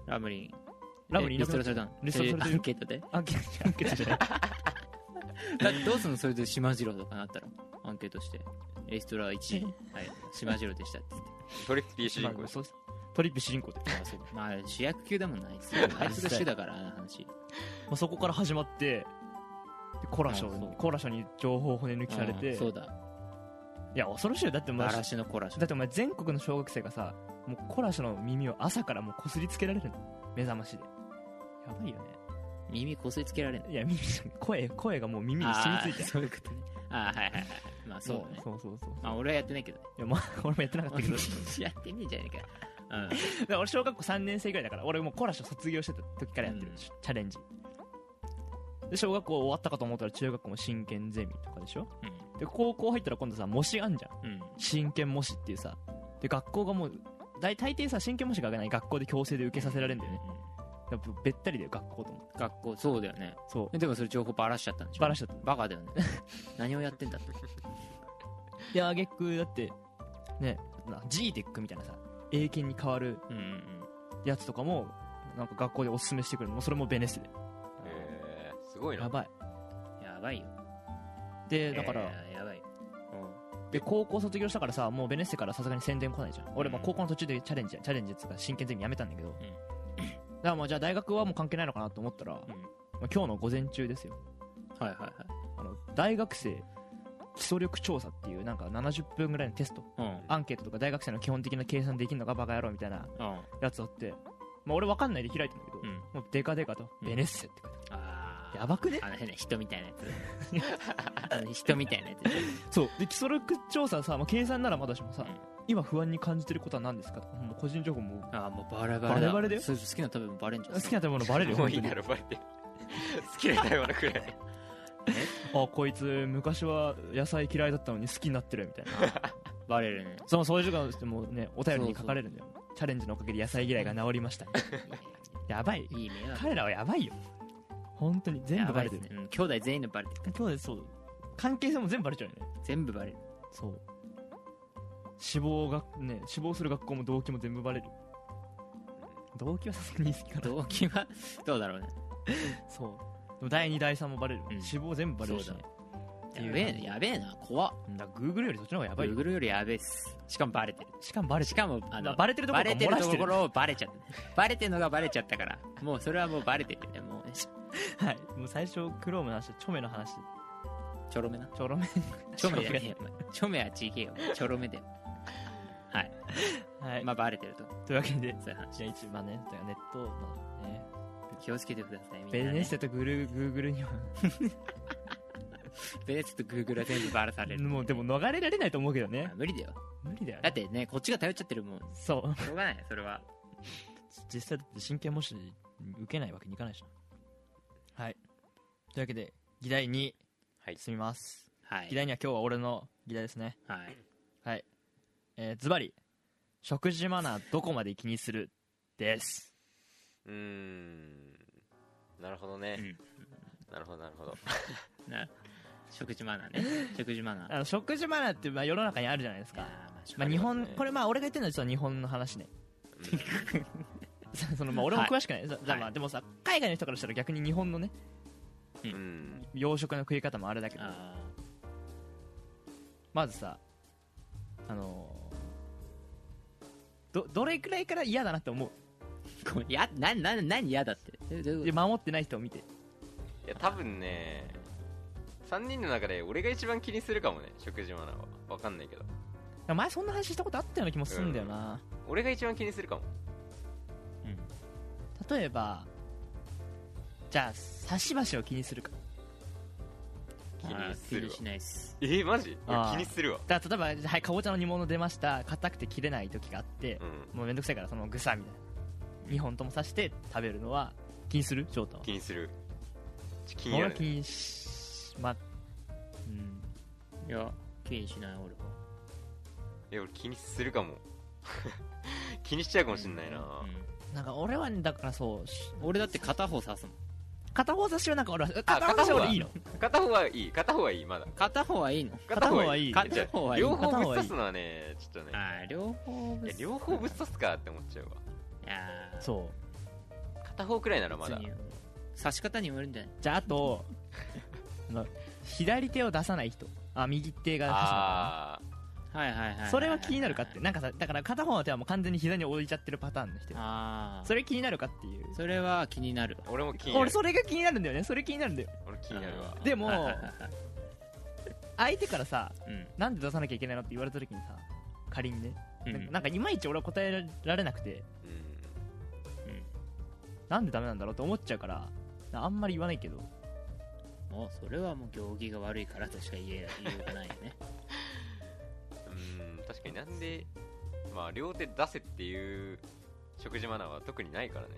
[SPEAKER 1] ラムリン
[SPEAKER 2] ラムリンい
[SPEAKER 1] えリ
[SPEAKER 2] な
[SPEAKER 1] ス
[SPEAKER 2] く
[SPEAKER 1] ト
[SPEAKER 2] な
[SPEAKER 1] ラ
[SPEAKER 2] っ
[SPEAKER 1] さ
[SPEAKER 2] ちゃ
[SPEAKER 1] れ
[SPEAKER 2] った
[SPEAKER 1] たの
[SPEAKER 2] リストラされて
[SPEAKER 1] え
[SPEAKER 2] る
[SPEAKER 1] アンケートで
[SPEAKER 2] あけあけじゃない
[SPEAKER 1] だってどうすんのそれで島次郎とかなったらアンケートしてエストラ1位、はい、島次郎でしたって 言って
[SPEAKER 3] トリッピー主人公
[SPEAKER 2] まあ
[SPEAKER 3] です
[SPEAKER 2] そうトリップ主人公で、
[SPEAKER 1] あそうまあ主役級だもんなあいつあいつが主だからあの話
[SPEAKER 2] まあ、そこから始まってでコラショ
[SPEAKER 1] あそう
[SPEAKER 2] にコラショに情報を骨抜きされて
[SPEAKER 1] うんそうだ
[SPEAKER 2] いや恐ろしいよだってもうだ
[SPEAKER 1] 嵐のコラシ
[SPEAKER 2] ってお前全国の小学生がさもうコラショの耳を朝からもうこすりつけられるの目覚ましでやばいよね
[SPEAKER 1] 耳こすりつけられんの
[SPEAKER 2] いや耳じゃない声声がもう耳に染みついて
[SPEAKER 1] あーそういうことねあーはいはいはいまあそうだね
[SPEAKER 2] そうそうそう
[SPEAKER 1] まあ俺はやってないけどね
[SPEAKER 2] いや、まあ、 俺もやってなかったけど
[SPEAKER 1] やってねえじゃねえか
[SPEAKER 2] だから俺小学校3年生ぐらいだから俺もうコラショ卒業してた時からやってる、
[SPEAKER 1] うん
[SPEAKER 2] チャレンジで小学校終わったかと思ったら中学校も真剣ゼミとかでしょで高校入ったら今度さ模試あんじゃん
[SPEAKER 1] うんうん
[SPEAKER 2] 真剣模試っていうさで学校がもう大大抵さ真剣模試がない学校で強制で受けさせられるんだよねやっぱべったりだよ学校と思って
[SPEAKER 1] うん学校そうだよね
[SPEAKER 2] そう
[SPEAKER 1] えでもそれ情報ばらしちゃったんでしょ
[SPEAKER 2] バラしちゃった
[SPEAKER 1] バカだよね 何をやってんだって
[SPEAKER 2] で挙句だってねな g テックみたいなさ英検に変わる
[SPEAKER 1] うんうん
[SPEAKER 2] やつとかもなんか学校でおすすめしてくれるのそれもベネスで
[SPEAKER 3] えー、すごいな
[SPEAKER 2] やばい
[SPEAKER 1] うんやばいよ
[SPEAKER 2] でだから、
[SPEAKER 1] えーやばいよう
[SPEAKER 2] で高校卒業したからさもうベネッセからさすがに宣伝来ないじゃん俺も
[SPEAKER 1] うん
[SPEAKER 2] 高校の途中でチャレンジチャレンジっていうか真剣ゼミやめたんだけど、だからもうじゃあ大学はもう関係ないのかなと思ったら、ま
[SPEAKER 1] ん
[SPEAKER 2] あ、今日の午前中ですよ
[SPEAKER 1] んはいはい
[SPEAKER 2] あの大学生基礎力調査っていうなんか70分ぐらいのテスト
[SPEAKER 1] はい
[SPEAKER 2] アンケートとか大学生の基本的な計算できるのかバカ野郎みたいな
[SPEAKER 1] うんうん
[SPEAKER 2] やつあって、まあ、俺わかんないで開いたんだけど、
[SPEAKER 1] うん
[SPEAKER 2] もうデカデカと「ベネッセ」って書いてあ
[SPEAKER 1] あ
[SPEAKER 2] る
[SPEAKER 1] ー
[SPEAKER 2] やばくね
[SPEAKER 1] あの変な人みたいなやつあの人みたいなやつ
[SPEAKER 2] そうで基礎力調査さ、まあ、計算ならまだしも
[SPEAKER 1] う
[SPEAKER 2] さ、
[SPEAKER 1] ん
[SPEAKER 2] 今不安に感じてることは何ですかとかもう個人情報も
[SPEAKER 1] ああもうバレバレだ
[SPEAKER 2] バレバレだよ
[SPEAKER 1] そうそう好きな食べ物バレんじゃん
[SPEAKER 2] 好きな食べ物バレるよ
[SPEAKER 3] もう
[SPEAKER 2] 本
[SPEAKER 3] い
[SPEAKER 2] 当
[SPEAKER 3] い
[SPEAKER 2] に
[SPEAKER 3] だろバレてる好きな食べ物くらい
[SPEAKER 2] あこいつ昔は野菜嫌いだったのに好きになってるみたいな
[SPEAKER 1] バレるね
[SPEAKER 2] そのそういう時間もねお便りに書かれるんだよチャレンジのおかげで野菜嫌いが治りましたやばい
[SPEAKER 1] いいね
[SPEAKER 2] 彼らはやばいよ本当に全部バレてる、
[SPEAKER 1] やばいっすねうん兄弟全員のバレてる
[SPEAKER 2] 今日でそう関係性も全部バレちゃうよね
[SPEAKER 1] 全部バレる
[SPEAKER 2] そう死亡がね死亡する学校も動機も全部バレる動機はさすがに好きかな
[SPEAKER 1] 動機はどうだろうね
[SPEAKER 2] そうでも第2第3もバレる、
[SPEAKER 1] うん
[SPEAKER 2] 死亡全部バレるしねってい
[SPEAKER 1] や
[SPEAKER 2] う
[SPEAKER 1] べえなやべえな怖っ
[SPEAKER 2] うんだから Google よりそっちの方がやばいよ
[SPEAKER 1] Google よりやべえっすしかもバレてる
[SPEAKER 2] しかもバレ
[SPEAKER 1] してか
[SPEAKER 2] る
[SPEAKER 1] もあ
[SPEAKER 2] まあ
[SPEAKER 1] の
[SPEAKER 2] バレてるところ
[SPEAKER 1] バ
[SPEAKER 2] から
[SPEAKER 1] レて
[SPEAKER 2] 漏
[SPEAKER 1] る
[SPEAKER 2] らし
[SPEAKER 1] と
[SPEAKER 2] て
[SPEAKER 1] こ
[SPEAKER 2] る
[SPEAKER 1] ろをバレちゃったバレてるのがバレちゃったからもうそれはもうバレてるねもう
[SPEAKER 2] はいもう最初クロームの話チョメの話
[SPEAKER 1] ちょろめな
[SPEAKER 2] ちょろめ
[SPEAKER 1] ちょめやねえよお前ちょめはちげえよちょろめだよはい
[SPEAKER 2] はい、
[SPEAKER 1] まあバレてると
[SPEAKER 2] というわけで
[SPEAKER 1] そういう話
[SPEAKER 2] じゃあ一応まあねだからネットまあね
[SPEAKER 1] 気をつけてくださいみんな
[SPEAKER 2] ベ
[SPEAKER 1] ね
[SPEAKER 2] ネッセとグルグーグルには
[SPEAKER 1] ベネッセと Google は全部バラされる
[SPEAKER 2] もうでも逃れられないと思うけど
[SPEAKER 1] ま
[SPEAKER 2] ね
[SPEAKER 1] あ無理だよ
[SPEAKER 2] 無理だよ
[SPEAKER 1] だ
[SPEAKER 2] ね
[SPEAKER 1] ってねこっちが頼っちゃってるもん
[SPEAKER 2] そう
[SPEAKER 1] しょうがないそれは
[SPEAKER 2] 実際だって真剣模試受けないわけにいかないじゃんはいというわけで議題に
[SPEAKER 3] はい
[SPEAKER 2] 進みます、
[SPEAKER 1] は
[SPEAKER 2] 議
[SPEAKER 1] い
[SPEAKER 2] 題には今日は俺の議題ですね
[SPEAKER 1] はい
[SPEAKER 2] はいえーズバリ食事マナーどこまで気にするです
[SPEAKER 3] うーんなるほどね、なるほどなるほど
[SPEAKER 1] な食事マナーね食事マナー
[SPEAKER 2] あの食事マナーってまあ世の中にあるじゃないですかまあ、日本これまあ俺が言ってるのは実は日本の話 ねそのまあ俺も詳しくない、じゃあま
[SPEAKER 1] は
[SPEAKER 2] あでもさ海外の人からしたら逆に日本のね
[SPEAKER 3] うんうん
[SPEAKER 2] 洋食の食い方もあれだけど
[SPEAKER 1] あ
[SPEAKER 2] まずさあのーどどれくらいから嫌だなって思
[SPEAKER 1] ーごめんやなな何嫌だってえどう
[SPEAKER 2] う
[SPEAKER 1] い
[SPEAKER 2] で
[SPEAKER 1] うこ
[SPEAKER 2] 守ってない人を見て
[SPEAKER 3] いや多分ね3人の中で俺が一番気にするかもね食事マナーは分かんないけど
[SPEAKER 2] 前そんな話したことあったような気もするんだよな、
[SPEAKER 3] 俺が一番気にするかも
[SPEAKER 1] とうん
[SPEAKER 2] 例えばじゃあ差し箸を気にするか
[SPEAKER 3] 気
[SPEAKER 1] あ
[SPEAKER 3] に
[SPEAKER 1] ー気
[SPEAKER 3] する
[SPEAKER 1] に
[SPEAKER 3] わ
[SPEAKER 1] しないっす
[SPEAKER 3] えー、マジ
[SPEAKER 2] あー
[SPEAKER 3] 俺気にするわ
[SPEAKER 2] だから例えば、はい、かぼちゃの煮物出ました硬くて切れない時があって
[SPEAKER 3] う、ん
[SPEAKER 2] もうめんどくさいからそのぐさみたいな2本とも刺して食べるのは気にする翔太は
[SPEAKER 3] 気にするちょ気に
[SPEAKER 2] 俺
[SPEAKER 3] な
[SPEAKER 2] は
[SPEAKER 3] る
[SPEAKER 2] 気
[SPEAKER 3] ね
[SPEAKER 2] にしまうん
[SPEAKER 1] いや気にしない俺はい
[SPEAKER 3] や俺気にするかも 気にしちゃうかもしんないな
[SPEAKER 1] うん
[SPEAKER 2] なんか俺はねだからそうし
[SPEAKER 1] 俺だって片方刺すもん
[SPEAKER 2] 片方差しはなんか俺は
[SPEAKER 3] あ
[SPEAKER 2] 片方差しは俺いいの
[SPEAKER 3] 片方はいい片方はいいまだ
[SPEAKER 1] 片方はいいの
[SPEAKER 2] 片方はいい
[SPEAKER 3] 片じゃあ
[SPEAKER 1] 片方はいい
[SPEAKER 3] 両方ぶっ刺すのはねちょっとね
[SPEAKER 1] あー両方ぶ
[SPEAKER 3] い
[SPEAKER 1] っ
[SPEAKER 3] や両方ぶっ刺すかって思っちゃうわ
[SPEAKER 1] いやー
[SPEAKER 2] そう
[SPEAKER 3] 片方くらいならまだ
[SPEAKER 1] 別に刺し方にもよるんじゃない
[SPEAKER 2] じゃああ とあの左手を出さない人あ右手が出さな
[SPEAKER 3] あ
[SPEAKER 1] はいはいはい
[SPEAKER 2] い
[SPEAKER 1] いい
[SPEAKER 2] 人それは気になるかってなんかさだから片方の手はもう完全に膝に置いちゃってるパターンの人
[SPEAKER 1] ああ
[SPEAKER 2] それ気になるかっていう
[SPEAKER 1] それは気になる
[SPEAKER 3] ー俺も気にな
[SPEAKER 2] 俺
[SPEAKER 3] る
[SPEAKER 2] それが気になるんだよねそれ気になるんだよ
[SPEAKER 3] 俺気になるわ
[SPEAKER 1] あー
[SPEAKER 2] でも
[SPEAKER 1] はい はいはいはい
[SPEAKER 2] 相手からさ
[SPEAKER 1] うん
[SPEAKER 2] なんで出さなきゃいけないのって言われた時にさ仮にね、
[SPEAKER 1] うん
[SPEAKER 2] なんかなんかいまいち俺は答えられなくて
[SPEAKER 3] うん
[SPEAKER 2] なんでダメなんだろうって思っちゃうからあんまり言わないけど
[SPEAKER 1] もうそれはもう行儀が悪いからとしか言え言いようがないよね
[SPEAKER 3] うん確かになんでまあ両手出せっていう食事マナーは特にないからね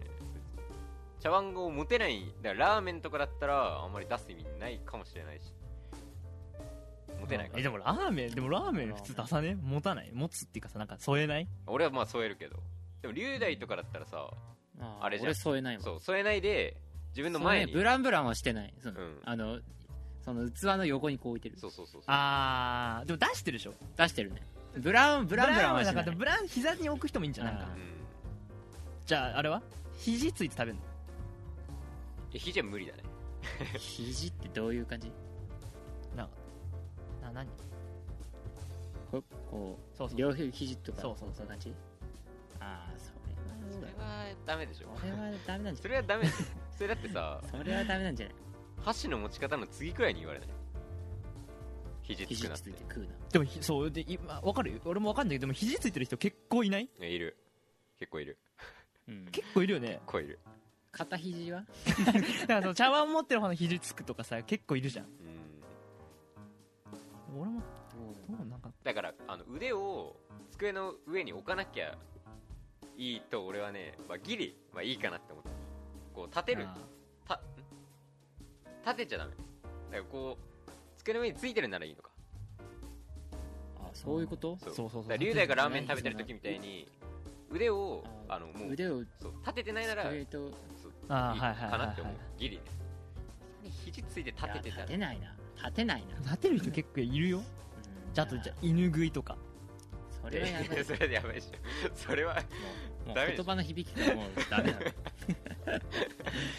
[SPEAKER 3] 茶碗を持てないだからラーメンとかだったらあんまり出す意味ないかもしれないし持てないか
[SPEAKER 2] え
[SPEAKER 3] ら
[SPEAKER 2] でもラーメンでもラーメン普通出さね持たない持つっていうかさなんか添えない
[SPEAKER 3] 俺はまあ添えるけどでも龍大とかだったらさ
[SPEAKER 1] あー
[SPEAKER 3] あれじゃん
[SPEAKER 1] 俺添えないもん
[SPEAKER 3] そう添えないで自分の
[SPEAKER 1] その
[SPEAKER 3] 前
[SPEAKER 1] ね
[SPEAKER 3] に
[SPEAKER 1] ブランブランはしてないその,、
[SPEAKER 3] うん
[SPEAKER 1] あのその器の横にこう置いてる
[SPEAKER 3] そうそうそうそう
[SPEAKER 2] あーでも出してるでしょ
[SPEAKER 1] 出してるねブラウンブランブランはしな
[SPEAKER 2] ないんかブラン膝に置く人もいいんじゃんないか
[SPEAKER 1] あー
[SPEAKER 3] うん
[SPEAKER 2] じゃああれは肘ついて食べるの
[SPEAKER 3] いや火じゃ無理だね
[SPEAKER 1] 肘ってどういう感じ
[SPEAKER 2] なんかな何
[SPEAKER 1] ここ
[SPEAKER 2] そうそう
[SPEAKER 1] う両肘とか
[SPEAKER 2] そうそうそう
[SPEAKER 1] そんな感じああそ
[SPEAKER 3] それ
[SPEAKER 1] れは
[SPEAKER 3] はダメでしょ
[SPEAKER 1] それはダメなんじ
[SPEAKER 3] そ
[SPEAKER 1] ゃ
[SPEAKER 3] れはダメそれだってさ
[SPEAKER 1] ないそれはダメなんじゃない
[SPEAKER 3] 箸の持ち方の次くらいに言われない肘つ
[SPEAKER 1] 肘
[SPEAKER 3] くなっ
[SPEAKER 1] つ
[SPEAKER 3] て
[SPEAKER 1] いて食うな
[SPEAKER 2] でもひそうで今わかる俺もわかんないけどでも肘ついてる人結構いない
[SPEAKER 3] いやいる結構いる
[SPEAKER 1] うん
[SPEAKER 2] 結構いるよね
[SPEAKER 3] 結構いる
[SPEAKER 1] 片肘は
[SPEAKER 2] だからその茶碗持ってる方の肘つくとかさ結構いるじゃん
[SPEAKER 3] うん
[SPEAKER 2] 俺もどうなんか
[SPEAKER 3] だからあの腕を机の上に置かなきゃいいと俺はね、まあ、ギリ、まあ、いいかなって思ったこう立てる
[SPEAKER 1] あ
[SPEAKER 3] たん立てちゃダメだからこう机の上についてるならいいのか
[SPEAKER 1] ーあーそういうこと
[SPEAKER 3] そう
[SPEAKER 2] そうそうそう
[SPEAKER 3] だから龍大がラーメン食べてる時みたいに腕をあのもう
[SPEAKER 1] 腕を
[SPEAKER 3] そう立ててないなら
[SPEAKER 1] 机と
[SPEAKER 3] そう
[SPEAKER 2] あー
[SPEAKER 3] いい
[SPEAKER 2] はいはい
[SPEAKER 3] か
[SPEAKER 2] はい
[SPEAKER 3] な
[SPEAKER 2] は
[SPEAKER 3] って思う
[SPEAKER 2] い
[SPEAKER 3] ギリね肘ついて立て
[SPEAKER 1] い
[SPEAKER 3] て
[SPEAKER 1] や立
[SPEAKER 3] たら
[SPEAKER 1] てないな立てないな
[SPEAKER 2] 立てる人結構いるよ
[SPEAKER 1] うん
[SPEAKER 2] じゃああとじゃあ犬食いとか
[SPEAKER 1] そ
[SPEAKER 3] い
[SPEAKER 1] れ
[SPEAKER 3] や
[SPEAKER 1] はいやばい
[SPEAKER 3] やそれでやばいでしょそれは
[SPEAKER 1] もう
[SPEAKER 3] ダメでし
[SPEAKER 1] 言
[SPEAKER 3] ょ
[SPEAKER 1] 葉の響きがもうダメなの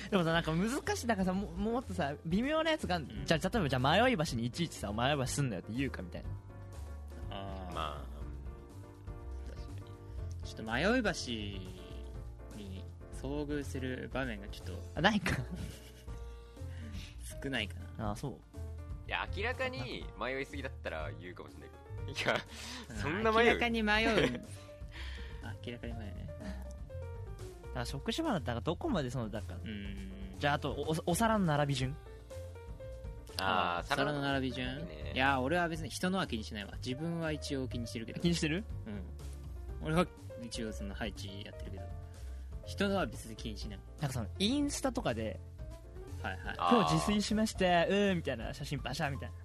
[SPEAKER 2] でもさなんか難しいなんかさももっとさ微妙なやつがあんの
[SPEAKER 1] うん
[SPEAKER 2] じゃあ例えばじゃあ迷い橋にいちいちさ迷い橋すんなよって言うかみたいな
[SPEAKER 1] あー
[SPEAKER 3] まあうん確かに
[SPEAKER 1] ちょっと迷い橋に遭遇する場面がちょっと
[SPEAKER 2] あないか
[SPEAKER 1] 少ないかな
[SPEAKER 2] あそう
[SPEAKER 3] いや明らかに迷いすぎだったら言うかもしれないけどいやそんな
[SPEAKER 1] 明
[SPEAKER 3] 迷
[SPEAKER 1] らか
[SPEAKER 3] う
[SPEAKER 1] に 迷う明らかに迷うね
[SPEAKER 2] だから食事場だったらどこまでそのだから
[SPEAKER 1] うん
[SPEAKER 2] じゃああとおお皿の並び順
[SPEAKER 3] ああ
[SPEAKER 1] 皿の並び順
[SPEAKER 3] いいね
[SPEAKER 1] いや俺は別に人のは気にしないわ自分は一応気にしてるけど
[SPEAKER 2] 気、にしてる
[SPEAKER 1] うん、俺は一応その配置やってるけど人のは別に気にしない
[SPEAKER 2] なんかそのインスタとかで
[SPEAKER 1] はいはい
[SPEAKER 3] あー
[SPEAKER 2] 今日自炊しましてうーんみたいな写真バシャーみたいな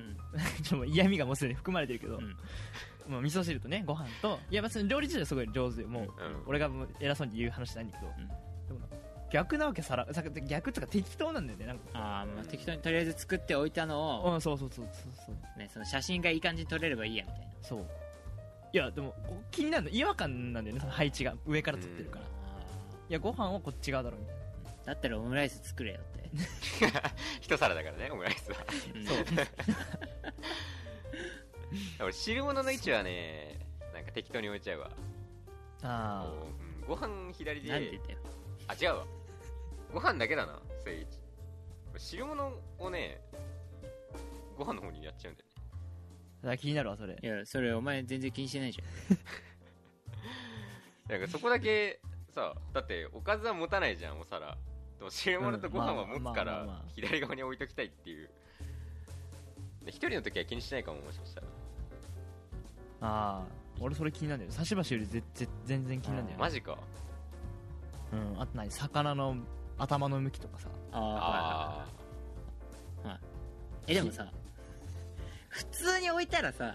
[SPEAKER 1] うん
[SPEAKER 2] ちょっと嫌味がもうすでに含まれてるけど、
[SPEAKER 1] うん
[SPEAKER 2] もう味噌汁とねご飯といや別に料理自体はすごい上手よもう、
[SPEAKER 3] うん
[SPEAKER 2] 俺がもう偉そうに言う話じゃないんだけど、でも逆なわけさらさ逆とか適当なんだよねなんか
[SPEAKER 1] あーまあ適当にとりあえず作っておいたのを、
[SPEAKER 2] うんそうそうそうそうそう
[SPEAKER 1] ね、その写真がいい感じに撮れればいいやみたいな
[SPEAKER 2] そういやでもこう気になるの違和感なんだよねその配置が上から撮ってるから、いやご飯はこっち側だろみたいな
[SPEAKER 1] だったらオムライス作れよって
[SPEAKER 3] 一皿だからねオムライスは
[SPEAKER 1] そう
[SPEAKER 3] 俺汁物の位置はねなんか適当に置いちゃうわ
[SPEAKER 2] あ
[SPEAKER 3] こううんご飯左で
[SPEAKER 1] なんでだよ
[SPEAKER 3] あ違うわご飯だけだなそういう位置俺汁物をねご飯の方にやっちゃうんだよね
[SPEAKER 2] あだから気になるわそれ
[SPEAKER 1] いやそれお前全然気にしてないじ
[SPEAKER 3] なんかそこだけさだっておかずは持たないじゃんお皿でも汁物とご飯は持つか
[SPEAKER 2] うんまあまあまあ
[SPEAKER 3] ら
[SPEAKER 2] まあ
[SPEAKER 3] 左側に置いときたいっていうで一人の時は気にしないかももしかしたら
[SPEAKER 2] ああ俺それ気になるんだよ差し箸よりぜぜ全然気になるんだよ、
[SPEAKER 3] マジか
[SPEAKER 2] うん、あと何魚の頭の向きとかさ
[SPEAKER 1] ゃんあ
[SPEAKER 3] あ
[SPEAKER 1] あえでもさ普通に置いたらさ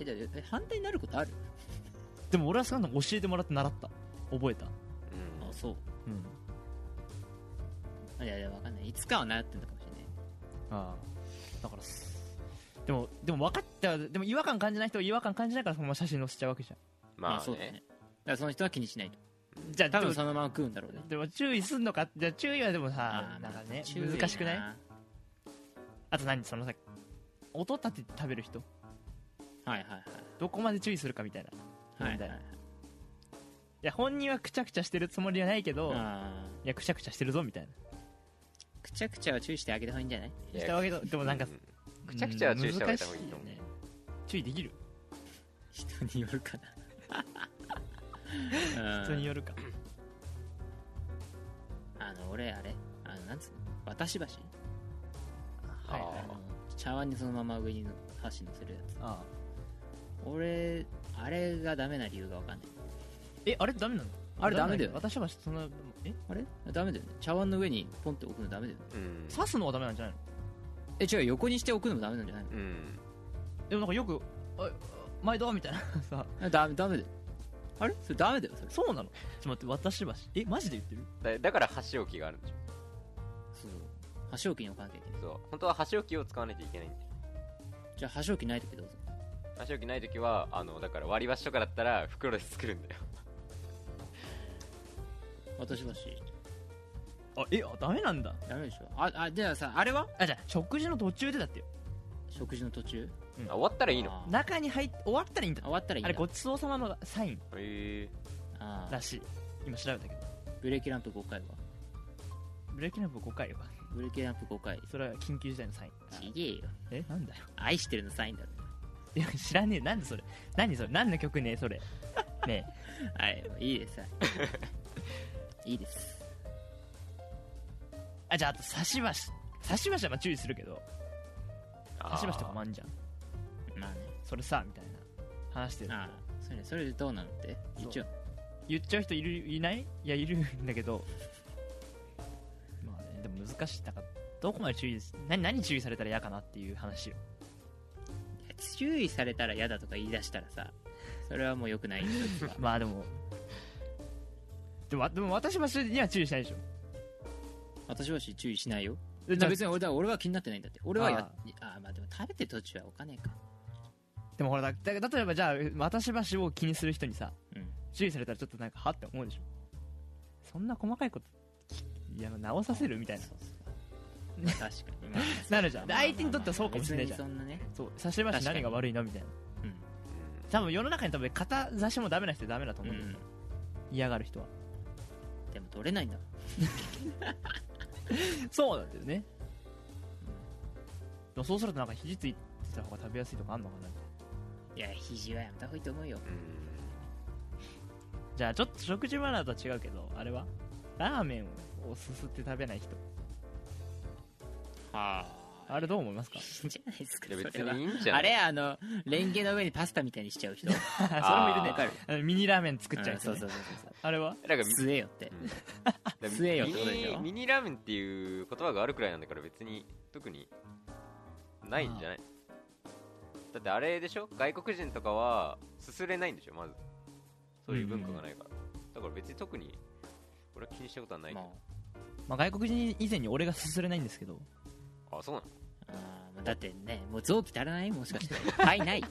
[SPEAKER 1] えだえ反対になることある
[SPEAKER 2] でも俺はそんなの教えてもらって習った覚えた
[SPEAKER 3] あー
[SPEAKER 1] あそう
[SPEAKER 2] う
[SPEAKER 1] い
[SPEAKER 2] ん
[SPEAKER 1] やいや、わかんない。いつかはなってんだかもしれない。
[SPEAKER 2] ああだからすでもでも分かったでも違和感感じない人は違和感感じないからそのまま写真載せちゃうわけじゃん
[SPEAKER 1] ま
[SPEAKER 3] ま
[SPEAKER 1] あ
[SPEAKER 3] あ
[SPEAKER 1] そうだね。
[SPEAKER 3] ね
[SPEAKER 1] だからその人は気にしないと。
[SPEAKER 2] じゃあ
[SPEAKER 1] 多分
[SPEAKER 2] でも
[SPEAKER 1] そのまま食うんだろうね。
[SPEAKER 2] でも注意すんのかじゃあ注意はでもさ
[SPEAKER 1] あー
[SPEAKER 2] なんか
[SPEAKER 1] まあ
[SPEAKER 2] ね
[SPEAKER 1] 注意
[SPEAKER 2] 難しくないあと何そのさ音立てて食べる人
[SPEAKER 1] はいはいはい。
[SPEAKER 2] どこまで注意するかみたいない
[SPEAKER 1] はい
[SPEAKER 2] 問
[SPEAKER 1] は
[SPEAKER 2] 題
[SPEAKER 1] いはい。
[SPEAKER 2] や本人はくちゃくちゃしてるつもりはないけど
[SPEAKER 1] あ
[SPEAKER 2] いやくちゃくちゃしてるぞみたいな
[SPEAKER 1] ーくちゃくちゃは注意してあげた方がいいんじゃない
[SPEAKER 3] いや
[SPEAKER 2] したわけどでもなんか
[SPEAKER 3] うんくちゃくちゃは注意した方がいいと思う
[SPEAKER 2] 難しよね注意できる
[SPEAKER 1] 人によるかな。
[SPEAKER 2] 人に
[SPEAKER 1] よ
[SPEAKER 2] よるか
[SPEAKER 1] あの、俺、あれ、あの、なんつうの渡し箸
[SPEAKER 2] はい
[SPEAKER 3] あ
[SPEAKER 2] はい
[SPEAKER 1] あの、茶碗にそのまま上にの箸乗せるやつ。
[SPEAKER 2] ああ
[SPEAKER 1] 俺、あれがダメな理由がわかんない。
[SPEAKER 2] えあれダメなの
[SPEAKER 1] あれダメだよね
[SPEAKER 2] 私はそんなえ
[SPEAKER 1] あれダメだよね。茶碗の上にポンって置くのダメだよね。
[SPEAKER 3] うん
[SPEAKER 2] 刺すのはダメなんじゃないの
[SPEAKER 1] え、違う、横にして置くのもダメなんじゃないの
[SPEAKER 3] うん
[SPEAKER 2] でもなんかよくあ「毎度」みたいな さ
[SPEAKER 1] あダメ、ダメだよ。あれそれダメだよ、それ。
[SPEAKER 2] そうなのちょっと待って私橋えマジで言ってる
[SPEAKER 3] だだから箸置きがあるんでしょ
[SPEAKER 1] そう箸置きに置かなきゃいけない
[SPEAKER 3] そう本当は箸置きを使わないといけないんだよ
[SPEAKER 1] じゃあ箸置きない時どうぞ
[SPEAKER 3] 箸置きない時はあのだから割り箸とかだったら袋で作るんだよ
[SPEAKER 1] 私箸
[SPEAKER 2] あえあダメなんだ
[SPEAKER 1] ダメでしょああじゃあさあれは
[SPEAKER 2] あじゃあ食事の途中でだってよ
[SPEAKER 1] 食事の途中
[SPEAKER 3] あ終わったらいいの
[SPEAKER 1] あー
[SPEAKER 2] 中に入っ終わったらいいんだ
[SPEAKER 1] 終わったらいいん
[SPEAKER 2] あ
[SPEAKER 1] だ
[SPEAKER 2] れごちそうさまのサイン
[SPEAKER 3] へえ
[SPEAKER 1] あー
[SPEAKER 2] らしい今調べたけど
[SPEAKER 1] ブレーキランプ5回は
[SPEAKER 2] ブレーキランプ5回は
[SPEAKER 1] ブレーキランプ5回
[SPEAKER 2] それは緊急事態のサイン
[SPEAKER 1] ちげえよ
[SPEAKER 2] えなんだよ
[SPEAKER 1] 愛してるのサインだろ
[SPEAKER 2] いや知らねえなんでそれ何それ何の曲ねえそれねえ
[SPEAKER 1] はいいいですはいいいです
[SPEAKER 2] あじゃああと差し箸差し箸はまあ注意するけど差し箸とかもあんじゃん
[SPEAKER 1] まあね
[SPEAKER 2] それさみたいな話してる
[SPEAKER 1] あーそれそれでどうなのって
[SPEAKER 2] そう
[SPEAKER 1] 一応
[SPEAKER 2] 言っちゃう人いるいないいやいるんだけどまあねでも難しいなんかどこまで注意です何何注意されたら嫌かなっていう話よ
[SPEAKER 1] いや注意されたら嫌だとか言い出したらさそれはもう良く ないよそれは
[SPEAKER 2] まあでもでもわでも私はそれには注意しないでしょ
[SPEAKER 1] 私箸注意しないよ
[SPEAKER 2] で
[SPEAKER 1] じゃあ
[SPEAKER 2] な
[SPEAKER 1] 別に俺だ俺は気になってないんだって俺はやああーまあでも食べてる途中は置かねえか
[SPEAKER 2] でもほらだだ例えばじゃあ私箸を気にする人にさ
[SPEAKER 1] うん
[SPEAKER 2] 注意されたらちょっとなんかはって思うでしょそんな細かいこときいや直させるみたいな
[SPEAKER 1] そうそうまあ確か に、まあ
[SPEAKER 2] なるじゃん
[SPEAKER 1] まあまあ
[SPEAKER 2] で相手にとってはそうかもしれないじゃん
[SPEAKER 1] 別にそんなね、
[SPEAKER 2] そう差し箸何が悪いのみたいな多分世の中に多分片差しもダメな人はダメだと
[SPEAKER 1] うん
[SPEAKER 2] 思うんだよ、嫌がる人は
[SPEAKER 1] でも取れないんだもん
[SPEAKER 2] そうなんだよねでもそうするとなんか肘ついてた方が食べやすいとかあんのかない
[SPEAKER 1] や肘はやめた方がいいと思うよ
[SPEAKER 3] うん
[SPEAKER 2] じゃあちょっと食事マナーとは違うけどあれはラーメンをすすって食べない人
[SPEAKER 1] はあ
[SPEAKER 2] あれどう思い ますか
[SPEAKER 1] いいん じゃないですか
[SPEAKER 3] いや別
[SPEAKER 1] それは
[SPEAKER 3] にいいんじゃない
[SPEAKER 1] あれあのレンゲの上にパスタみたいにしちゃう人そ
[SPEAKER 2] それもいるね
[SPEAKER 3] あー
[SPEAKER 2] あのミニラーメン作っちゃう
[SPEAKER 1] う
[SPEAKER 2] 人、
[SPEAKER 1] そう
[SPEAKER 2] ね
[SPEAKER 1] そうそう
[SPEAKER 2] あれは
[SPEAKER 3] だから
[SPEAKER 1] そう吸えよって
[SPEAKER 3] うんだから
[SPEAKER 1] 吸えよってこと でしょ
[SPEAKER 3] ミニミニラーメンっていう言葉があるくらいなんだから別に特にないんじゃないだってあれでしょ外国人とかはすすれないんでしょまずそういう文化がないから、だから別に特に俺は気にしたことはないけど
[SPEAKER 1] ま、
[SPEAKER 2] まあ、外国人以前に俺がすすれないんです けど
[SPEAKER 3] あそうなの
[SPEAKER 1] ああーだってねもう臓器足らないもしか してはいない